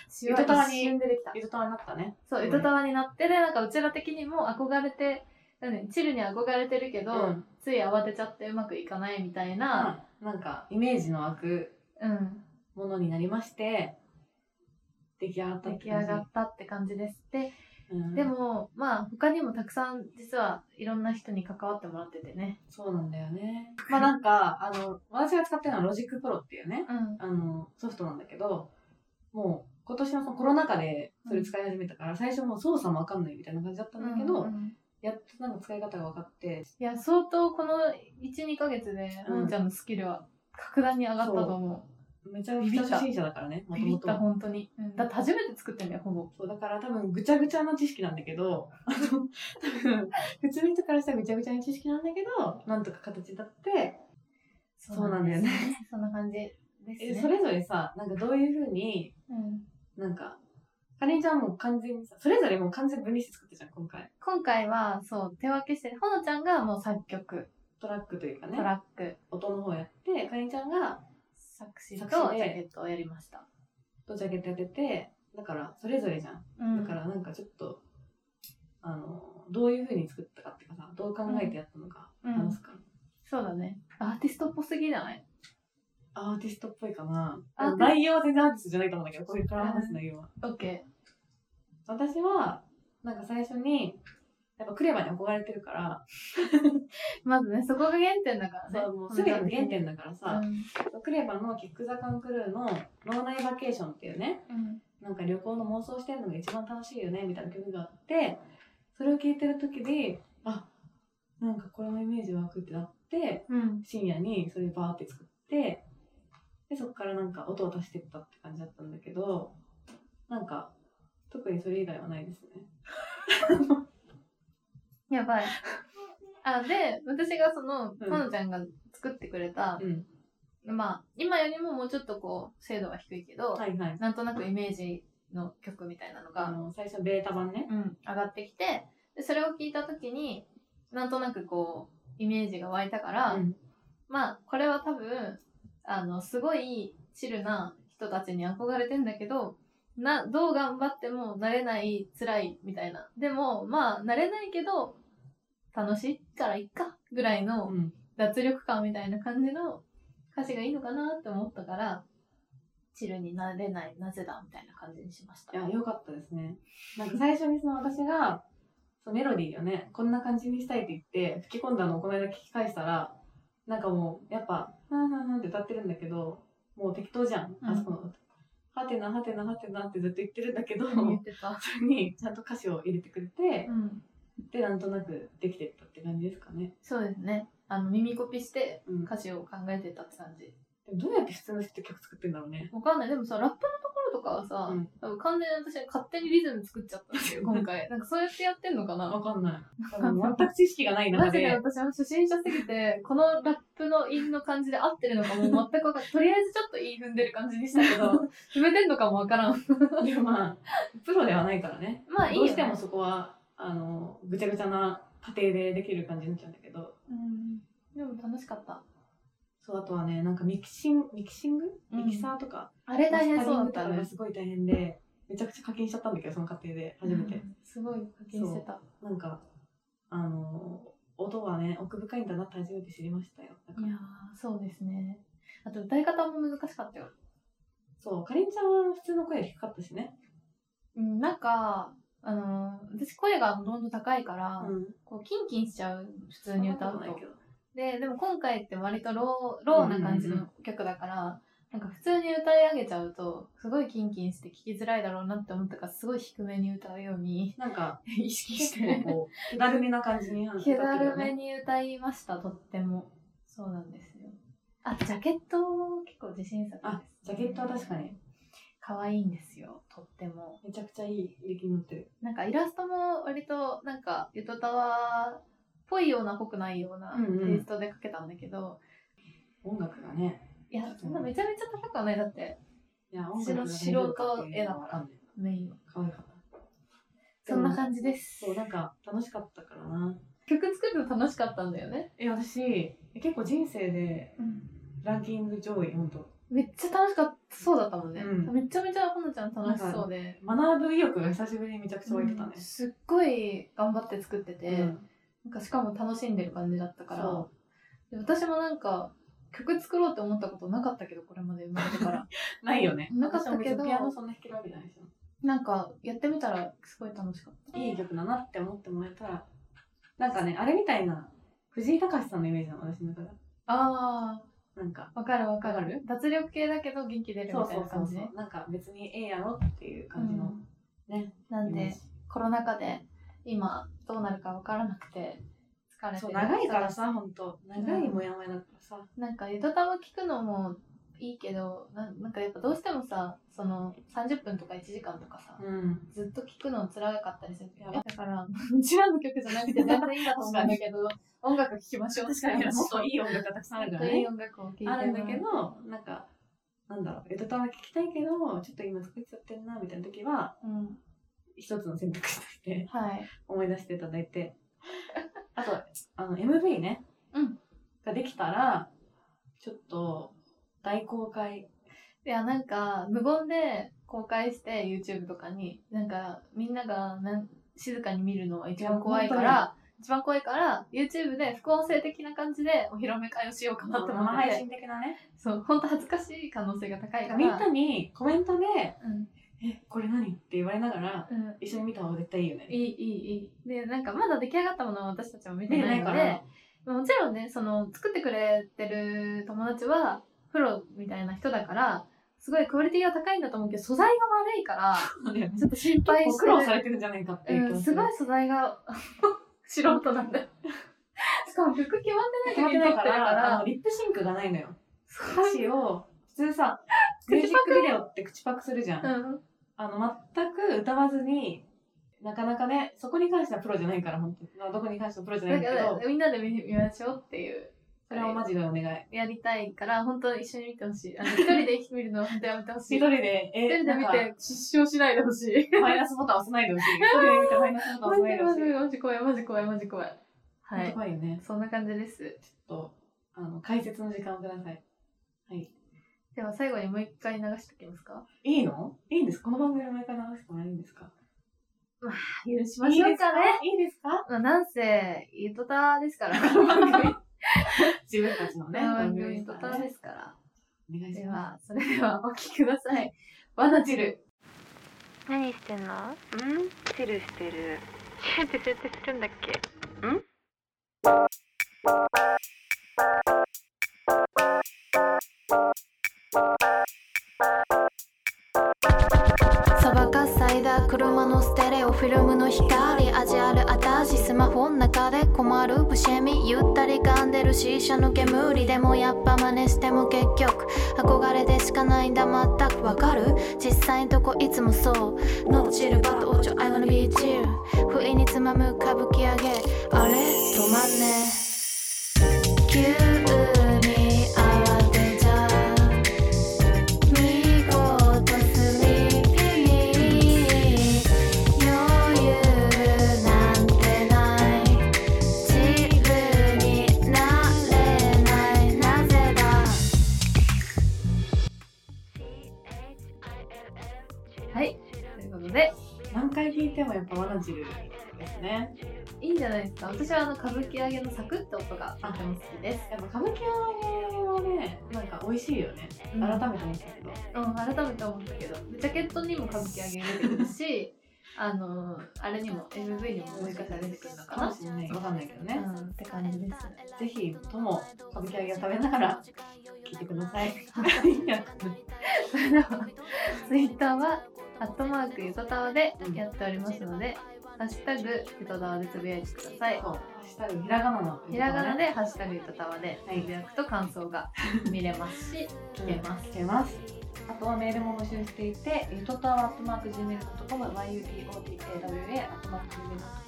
Speaker 1: 詞
Speaker 4: ゆ
Speaker 1: は
Speaker 4: と
Speaker 1: 一
Speaker 4: たわに
Speaker 1: 瞬でできた
Speaker 4: うゆとたわになったね
Speaker 1: そう、うたたわになってで、なんかうちら的にも憧れて、なんだよねチルに憧れてるけど、
Speaker 4: うん
Speaker 1: つい慌てちゃってうまくいかないみたいな、
Speaker 4: まあなんかイメージの湧く
Speaker 1: うん、
Speaker 4: ものになりまして出来上がった
Speaker 1: 出
Speaker 4: っ
Speaker 1: 来
Speaker 4: て
Speaker 1: 上
Speaker 4: 感じ
Speaker 1: がったって感じです。で、
Speaker 4: うん
Speaker 1: でも、まあ、他にもたくさん実はいろんな人に関わってもらっててね。
Speaker 4: そうなんだよねまあなんかあの私が使ってるのはロジックプロっていうね
Speaker 1: うん。
Speaker 4: あのソフトなんだけどもう今年のそのコロナ禍でそれ使い始めたから、最初もう操作も分かんないみたいな感じだったんだけど、
Speaker 1: うんうん
Speaker 4: やっとなんか使い方が分かって
Speaker 1: いや、相当この1、2ヶ月で、
Speaker 4: うん
Speaker 1: ほのちゃんのスキルは格段に上がったと思
Speaker 4: めちゃくちゃ初心者だからね
Speaker 1: う。
Speaker 4: も
Speaker 1: ビビっ
Speaker 4: と
Speaker 1: た、本当に。うんだって初めて作ってんだよ、ほぼ。
Speaker 4: そうだから多分ぐちゃぐちゃな知識なんだけどあの多分普通の人からしたらぐちゃぐちゃな知識なんだけどなんとか形になってそうなんだよね
Speaker 1: そうなんです。 <laughs> そんな感じです
Speaker 4: え
Speaker 1: ね。
Speaker 4: それぞれさなんかどういうふうに
Speaker 1: うん
Speaker 4: なんかかりんちゃんはもう完全にさそれぞれもう完全分離して作ったじゃん今回
Speaker 1: 今回はそう手分けしてほのちゃんがもう作曲
Speaker 4: トラックというかね
Speaker 1: トラック、
Speaker 4: 音の方やってかりんちゃんが
Speaker 1: 作詞とジ
Speaker 4: 作詞で
Speaker 1: ャケットをやりました、
Speaker 4: とジャケットやっててだからそれぞれじゃん
Speaker 1: うん、
Speaker 4: だからなんかちょっと、あのどういう風に作ったかっていうかさどう考えてやったのか
Speaker 1: うん
Speaker 4: 話すか、
Speaker 1: そうだねアーティストっぽすぎじゃない
Speaker 4: アーティストっぽいかな
Speaker 1: アーティスト
Speaker 4: 内容は全然アーティストじゃないと思うんだけどこれから話す内容は、
Speaker 1: ?OK
Speaker 4: 私はなんか最初にやっぱクレバに憧れてるから、
Speaker 1: まずねそこが原点だからね
Speaker 4: そうもう全ての原点だからさ
Speaker 1: う、ん
Speaker 4: クレバのキック・ザ・カン・クルーの「脳内バケーション」っていうね
Speaker 1: うん
Speaker 4: なんか旅行の妄想してるのが一番楽しいよねみたいな曲があってそれを聴いてる時にあなんかこれもイメージ湧くってなって
Speaker 1: うん
Speaker 4: 深夜にそれバーって作ってでそこからなんか音を足してったって感じだったんだけどなんか特にそれ以外はないですね
Speaker 1: やばいあで私がその
Speaker 4: うん
Speaker 1: ほのちゃんが作ってくれた、
Speaker 4: うん
Speaker 1: まあ今よりももうちょっとこう精度は低いけど、
Speaker 4: はいはい
Speaker 1: なんとなくイメージの曲みたいなのが、
Speaker 4: あの最初ベータ版ね
Speaker 1: うん、上がってきてでそれを聞いた時になんとなくこうイメージが湧いたから、
Speaker 4: うん
Speaker 1: まあこれは多分あのすごいチルな人たちに憧れてんだけどなどう頑張ってもなれない辛いみたいなでもまあなれないけど楽しいからいっかぐらいの
Speaker 4: うん
Speaker 1: 脱力感みたいな感じの歌詞がいいのかなって思ったからチルになれないなぜだみたいな感じにしました
Speaker 4: い。や良かったですねなんか最初にその私がそのメロディーをねこんな感じにしたいって言って吹き込んだのをこの間聞き返したらなんかもうやっぱ「ふんふんふん」って歌ってるんだけどもう適当じゃん、あそこのはてなはてなはてなってずっと言ってるんだけど
Speaker 1: 言ってた。
Speaker 4: それにちゃんと歌詞を入れてくれて
Speaker 1: う、ん
Speaker 4: でなんとなくできてったって感じですかね、
Speaker 1: そうですね。あの耳コピして
Speaker 4: うん、で
Speaker 1: 歌詞を考えてたって感じ。
Speaker 4: もどうやって普通の人って曲作ってんだろうね
Speaker 1: わかんない。でもさ、ラップのところとかはさ、
Speaker 4: うん
Speaker 1: 多分完全に私は勝手にリズム作っちゃったんですよ、今回。なんかそうやってやってんのかな
Speaker 4: わかんない多分全く知識がない中
Speaker 1: マジで
Speaker 4: で
Speaker 1: 私は初心者すぎて、このラップの韻の感じで合ってるのかも全くわかんない。とりあえずちょっと韻踏んでる感じにした
Speaker 4: <laughs>
Speaker 1: けど、踏めてんのかもわからん。
Speaker 4: いやまあプロではないからね
Speaker 1: まあいい
Speaker 4: ど
Speaker 1: よ、
Speaker 4: う
Speaker 1: ね。
Speaker 4: してもそこはあのぐちゃぐちゃな過程でできる感じになっちゃうんだけど
Speaker 1: うん。でも楽しかった。
Speaker 4: そうあとはねなんかミキシンミキシング
Speaker 1: うん
Speaker 4: ミキサーとか、
Speaker 1: あれ
Speaker 4: マ
Speaker 1: 大
Speaker 4: ス
Speaker 1: 変
Speaker 4: タ
Speaker 1: そ
Speaker 4: リ
Speaker 1: うだ
Speaker 4: ン
Speaker 1: っ
Speaker 4: グと
Speaker 1: た
Speaker 4: かが
Speaker 1: ね。
Speaker 4: すごい大変でめちゃくちゃ課金しちゃったんだけどその過程で初めて、
Speaker 1: うんすごい課金してた。
Speaker 4: なんかあの音はね奥深いんだなって初めて知りましたよだか
Speaker 1: い
Speaker 4: ら
Speaker 1: やー、そうですね。あと歌い方も難しかったよ。
Speaker 4: そう、かりんちゃんは普通の声より低かったしね。
Speaker 1: うん、なんか、あのー私声がどんどん高いから、
Speaker 4: うん。
Speaker 1: こうキンキンしちゃう、普通に歌うと。
Speaker 4: けど。
Speaker 1: で、でも今回って割とロー、ローな感じの曲だから、なんか普通に歌い上げちゃうと、すごいキンキンして聞きづらいだろうなって思ったから、すごい低めに歌うように <laughs>
Speaker 4: なんか、
Speaker 1: 意識し
Speaker 4: 結構
Speaker 1: て、
Speaker 4: こう、気だるめな感じに歌って
Speaker 1: 気
Speaker 4: る
Speaker 1: だ
Speaker 4: よ
Speaker 1: るめ
Speaker 4: ね。
Speaker 1: に歌いました、とっても。そうなんですよ。あ、ジャケット、結構自信作です、
Speaker 4: あ、ジャケットは確かに。
Speaker 1: 可愛いんですよとっても
Speaker 4: めちゃくちゃいい雪に乗ってる
Speaker 1: なんかイラストも割となんかゆとたわっぽいようなぽくないような
Speaker 4: うんうん
Speaker 1: テイストで描けたんだけど、
Speaker 4: 音楽がね
Speaker 1: いやそんなめちゃめちゃ高くはないだって
Speaker 4: いや
Speaker 1: 私の白顔絵だからメインは
Speaker 4: 可愛かった
Speaker 1: そんな感じです
Speaker 4: そうなんか楽しかったからな
Speaker 1: 曲作るの楽しかったんだよね、
Speaker 4: え私結構人生でランキング上位本当
Speaker 1: めっちゃ楽しかったそうだったもんね、
Speaker 4: うん
Speaker 1: めちゃめちゃほのちゃん楽しそうで
Speaker 4: 学ぶ意欲が久しぶりにめちゃくちゃ湧いてたね
Speaker 1: うん、すっごい頑張って作ってて、
Speaker 4: うん
Speaker 1: なんかしかも楽しんでる感じだったから
Speaker 4: そ
Speaker 1: で私もなんか曲作ろうって思ったことなかったけどこれまで生まれてから
Speaker 4: <laughs> ないよね
Speaker 1: なかったけど
Speaker 4: 私も別にピアノそんな弾けるわけじゃないし
Speaker 1: なんかやってみたらすごい楽しかった
Speaker 4: いい曲だなって思ってもらえたらなんかねあれみたいな藤井隆さんのイメージなの私の中で
Speaker 1: あ
Speaker 4: なんか
Speaker 1: ーわかるわか
Speaker 4: わか
Speaker 1: る
Speaker 4: る
Speaker 1: 脱力系だけど元気出るみ
Speaker 4: そう
Speaker 1: たい
Speaker 4: そ
Speaker 1: な
Speaker 4: うそ
Speaker 1: 感
Speaker 4: う
Speaker 1: じね
Speaker 4: そうなんか別にええやろっていう感じのね
Speaker 1: なん
Speaker 4: イメー
Speaker 1: で
Speaker 4: ジ
Speaker 1: コロナ禍で今どうなるかわからなくて疲れて
Speaker 4: そう
Speaker 1: る
Speaker 4: 長いからさ本当長いもやもやだからさ
Speaker 1: なんかゆとたわ聞くのもいいけどななんかやっぱどうしてもさその30分とか1時間とかさ、
Speaker 4: うん
Speaker 1: ずっと聞くの辛かったりする
Speaker 4: や
Speaker 1: だ
Speaker 4: ば
Speaker 1: からうちらの曲じゃなくて <laughs> 全然いいんだと思うんだけど音楽聴きましょう
Speaker 4: 確かにもっといい音楽がたくさんあるじゃない
Speaker 1: 音楽を聴いても
Speaker 4: あ
Speaker 1: らう
Speaker 4: るんだけどなんかなんだろう江戸川聞きたいけどちょっと今作っちゃってんなみたいな時は
Speaker 1: うん
Speaker 4: 一つの選択肢として
Speaker 1: はい
Speaker 4: 思い出していただ
Speaker 1: <laughs>
Speaker 4: いてあとあの MV ね、
Speaker 1: うん
Speaker 4: ができたらちょっと大公開
Speaker 1: いやなんか無言で公開して YouTube とかになんかみんながなん静かに見るのは一番怖いか
Speaker 4: いや本
Speaker 1: ら一番怖いから YouTube で副音声的な感じでお披露目会をしようかなと思
Speaker 4: 生
Speaker 1: って
Speaker 4: 配
Speaker 1: て
Speaker 4: 信的なね
Speaker 1: そう本当恥ずかしい可能性が高いから
Speaker 4: みんなにコメントで
Speaker 1: うん
Speaker 4: 「えこれ何?」って言われながら
Speaker 1: うん
Speaker 4: 一緒に見た方が絶対いいよね
Speaker 1: いいいいいいでなんかまだ出来上がったものは私たちも見て
Speaker 4: 見て
Speaker 1: な
Speaker 4: ないい
Speaker 1: の
Speaker 4: か
Speaker 1: で
Speaker 4: ら
Speaker 1: もちろんねその作ってくれてる友達はプロみたいな人だからすごいクオリティが高いんだと思うけど素材が悪いからちょっと心配して
Speaker 4: 結構苦労されてるんじゃないかっていう気
Speaker 1: うん、
Speaker 4: がす
Speaker 1: す
Speaker 4: る
Speaker 1: ごい素材が <laughs> 素人なんだよ <laughs> しかも曲決まって
Speaker 4: 決
Speaker 1: な
Speaker 4: ま
Speaker 1: い時に
Speaker 4: って
Speaker 1: 撮
Speaker 4: ない
Speaker 1: っ
Speaker 4: か
Speaker 1: てるから
Speaker 4: あの
Speaker 1: ら
Speaker 4: リップシンクがないのよ
Speaker 1: す
Speaker 4: 歌詞を普通さミュージックビデオって口パクするじゃん、
Speaker 1: うん
Speaker 4: あの全く歌わずになかなかねそこに関してはプロじゃないから本当、まあ、どこに関してもプロじゃない
Speaker 1: だ
Speaker 4: ん
Speaker 1: か
Speaker 4: だけ
Speaker 1: ら
Speaker 4: ど
Speaker 1: みんなで見見ましょうっていう
Speaker 4: それはマジでお願い
Speaker 1: やりたいから本当一緒に見てほしいあ <laughs> の一人で見るのは本当やめてほし
Speaker 4: 一
Speaker 1: い
Speaker 4: 人で
Speaker 1: 一人
Speaker 4: え
Speaker 1: で
Speaker 4: なん
Speaker 1: 見
Speaker 4: か
Speaker 1: て失笑しないでほしい
Speaker 4: マイナスボタン押さないでほしい一人で見てマイナスボタン押さないでほ
Speaker 1: マ
Speaker 4: し
Speaker 1: ジ
Speaker 4: い
Speaker 1: マジ怖いマジ怖いマジ怖いは
Speaker 4: 本当
Speaker 1: い
Speaker 4: 怖いよね
Speaker 1: そんな感じです
Speaker 4: ちょっとあの解説の時間をください
Speaker 1: では最後にもう一回流しておきますか
Speaker 4: いいのいいんですこの番組毎回流してもらえるんですか
Speaker 1: 許し
Speaker 4: いいですかいいですか
Speaker 1: まあなんせゆとたです <laughs> から
Speaker 4: 自分たちのね
Speaker 1: 番
Speaker 4: 番
Speaker 1: 組
Speaker 4: 組
Speaker 1: ゆ
Speaker 4: です
Speaker 1: と
Speaker 4: から
Speaker 1: た
Speaker 4: ね
Speaker 1: ですから
Speaker 4: お願いし
Speaker 1: で
Speaker 4: ます
Speaker 1: はそれではお聴きくださいわなじる
Speaker 2: 何してんのんチルしてるチルってチルってするんだっけん
Speaker 3: 砂漠サイダー車のステレオフィルムの光味ある私スマホの中で困る不思議ゆったり噛んでるシーシャの煙でもやっぱ真似しても結局憧れでしかないんだ全くわかる実際んとこいつもそうノーチルバットオチョアイワンビーチル不意につまむ歌舞伎揚げあれ止まんね急に慌てちゃう「見事スリーピー」「余裕なんてない」「自分になれないなぜだ」
Speaker 1: はいということで
Speaker 4: 何回聞いてもやっぱワナジルですね。
Speaker 1: いいんじゃないですか私はあの歌舞伎揚げのサクッと音がとても好きです、
Speaker 4: やっぱ歌舞伎揚げはね、なんか美味しいよね。
Speaker 1: うん
Speaker 4: 改めて思ったけど。
Speaker 1: うん、改めて思ったけどジャケットにも歌舞伎揚げ出てくるしあのあれにも MV にももしかしたら出てくるのか
Speaker 4: かも
Speaker 1: な
Speaker 4: しれない、わかんないけどね。
Speaker 1: うんって感じです
Speaker 4: ぜひとも歌舞伎揚げを食べながら聞いてください。いや
Speaker 1: それではツイッターはアットマークゆとたわでやっておりますので、ハッシュタグゆとたわでつぶやいてください
Speaker 4: そう。ハッシュタグひらがなの。
Speaker 1: ひらがなでハッシュタグゆとたわで
Speaker 4: はい
Speaker 1: つぶやくと感想が見れますし聞けます、
Speaker 4: 聞けます。あとはメールも募集していて、ゆとたわアットマーク Gmail.com、yutotawa アットマーク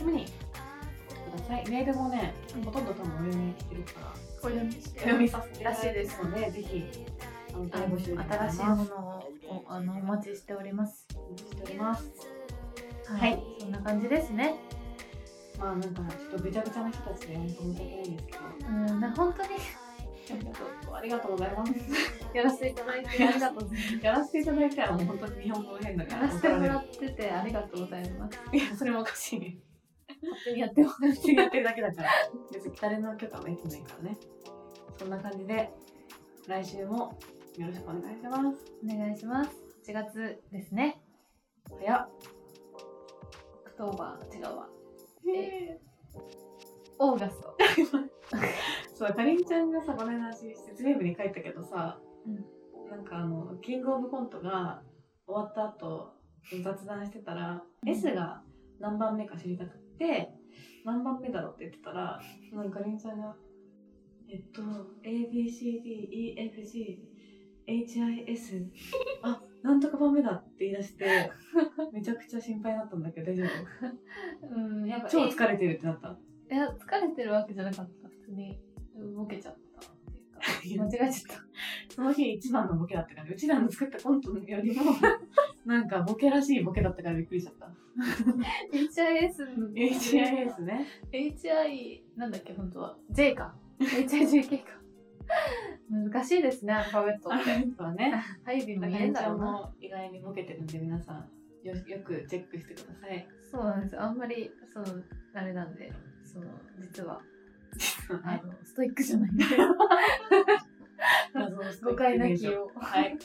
Speaker 4: Gmail.com にください。メールもね、ほとんど多分お読みしてるから、
Speaker 1: これして
Speaker 4: お読みさせていただいてるので、ぜひ、あの、大募集
Speaker 1: 新しいものをおあのお待ちしております
Speaker 4: しております。
Speaker 1: はい、
Speaker 4: はい
Speaker 1: そんな感じですね
Speaker 4: まあなんか、ちょっとぐちゃぐちゃな人たちで本当申し訳ないんですけど、
Speaker 1: うんな本当に
Speaker 4: ありがとうございます。
Speaker 1: やらせていただいてありがとうございます
Speaker 4: <laughs> やらせていただいたらもう本当に日本語変だか
Speaker 1: や
Speaker 4: ら。
Speaker 1: らせてもらっててありがとうございます
Speaker 4: いや、それもおかしいね。
Speaker 1: 勝手にやってもらっ
Speaker 4: 普通にやってるだけだから。別に誰の許可も得てないからね。そんな感じで、来週もよろしくお願いします。
Speaker 1: お願いします1月ですね
Speaker 4: 早っ。
Speaker 1: オクトーバー違うわオーガスト
Speaker 4: そう、かりんちゃんがさ、この間説明部に帰ったけどさ、
Speaker 1: うん
Speaker 4: なんかあの、キングオブコントが終わった後、雑談してたら、S が何番目か知りたくって、何番目だろうって言ってたら、なんかかりんちゃんが、えっと、ABCDEFGHIS、あ、なんとか番目だって言い出して、めちゃくちゃ心配だったんだけど大丈夫
Speaker 1: うんやっぱ
Speaker 4: 超疲れてるってなった。
Speaker 1: えいや疲れてるわけじゃなかった普通にボケちゃったっていうか <laughs> 間違えちゃった
Speaker 4: その日一番のボケだったから、うちらの作ったコントよりも、 <laughs> なんかボケらしいボケだったからびっくりしちゃった。
Speaker 1: HIS の
Speaker 4: HIS ね。
Speaker 1: HI なんだっけ本当は J か HIJK か難しいですねアルファベット
Speaker 4: あ
Speaker 1: って
Speaker 4: とはね、
Speaker 1: 配備も
Speaker 4: 中
Speaker 1: 見えん
Speaker 4: 根ち
Speaker 1: だ
Speaker 4: ゃ
Speaker 1: ろ
Speaker 4: ん
Speaker 1: うな
Speaker 4: も意外にボケてるんで、皆さんよよくチェックしてください。
Speaker 1: そうなんですよあんまりそのあれなんでその実は
Speaker 4: <laughs>
Speaker 1: あのストイックじゃないんで誤解 <laughs> なき。を
Speaker 4: はい。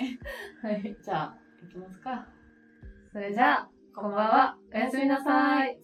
Speaker 1: はい
Speaker 4: じゃあ、いきますか。
Speaker 1: それじゃあこんばんはおやすみなさい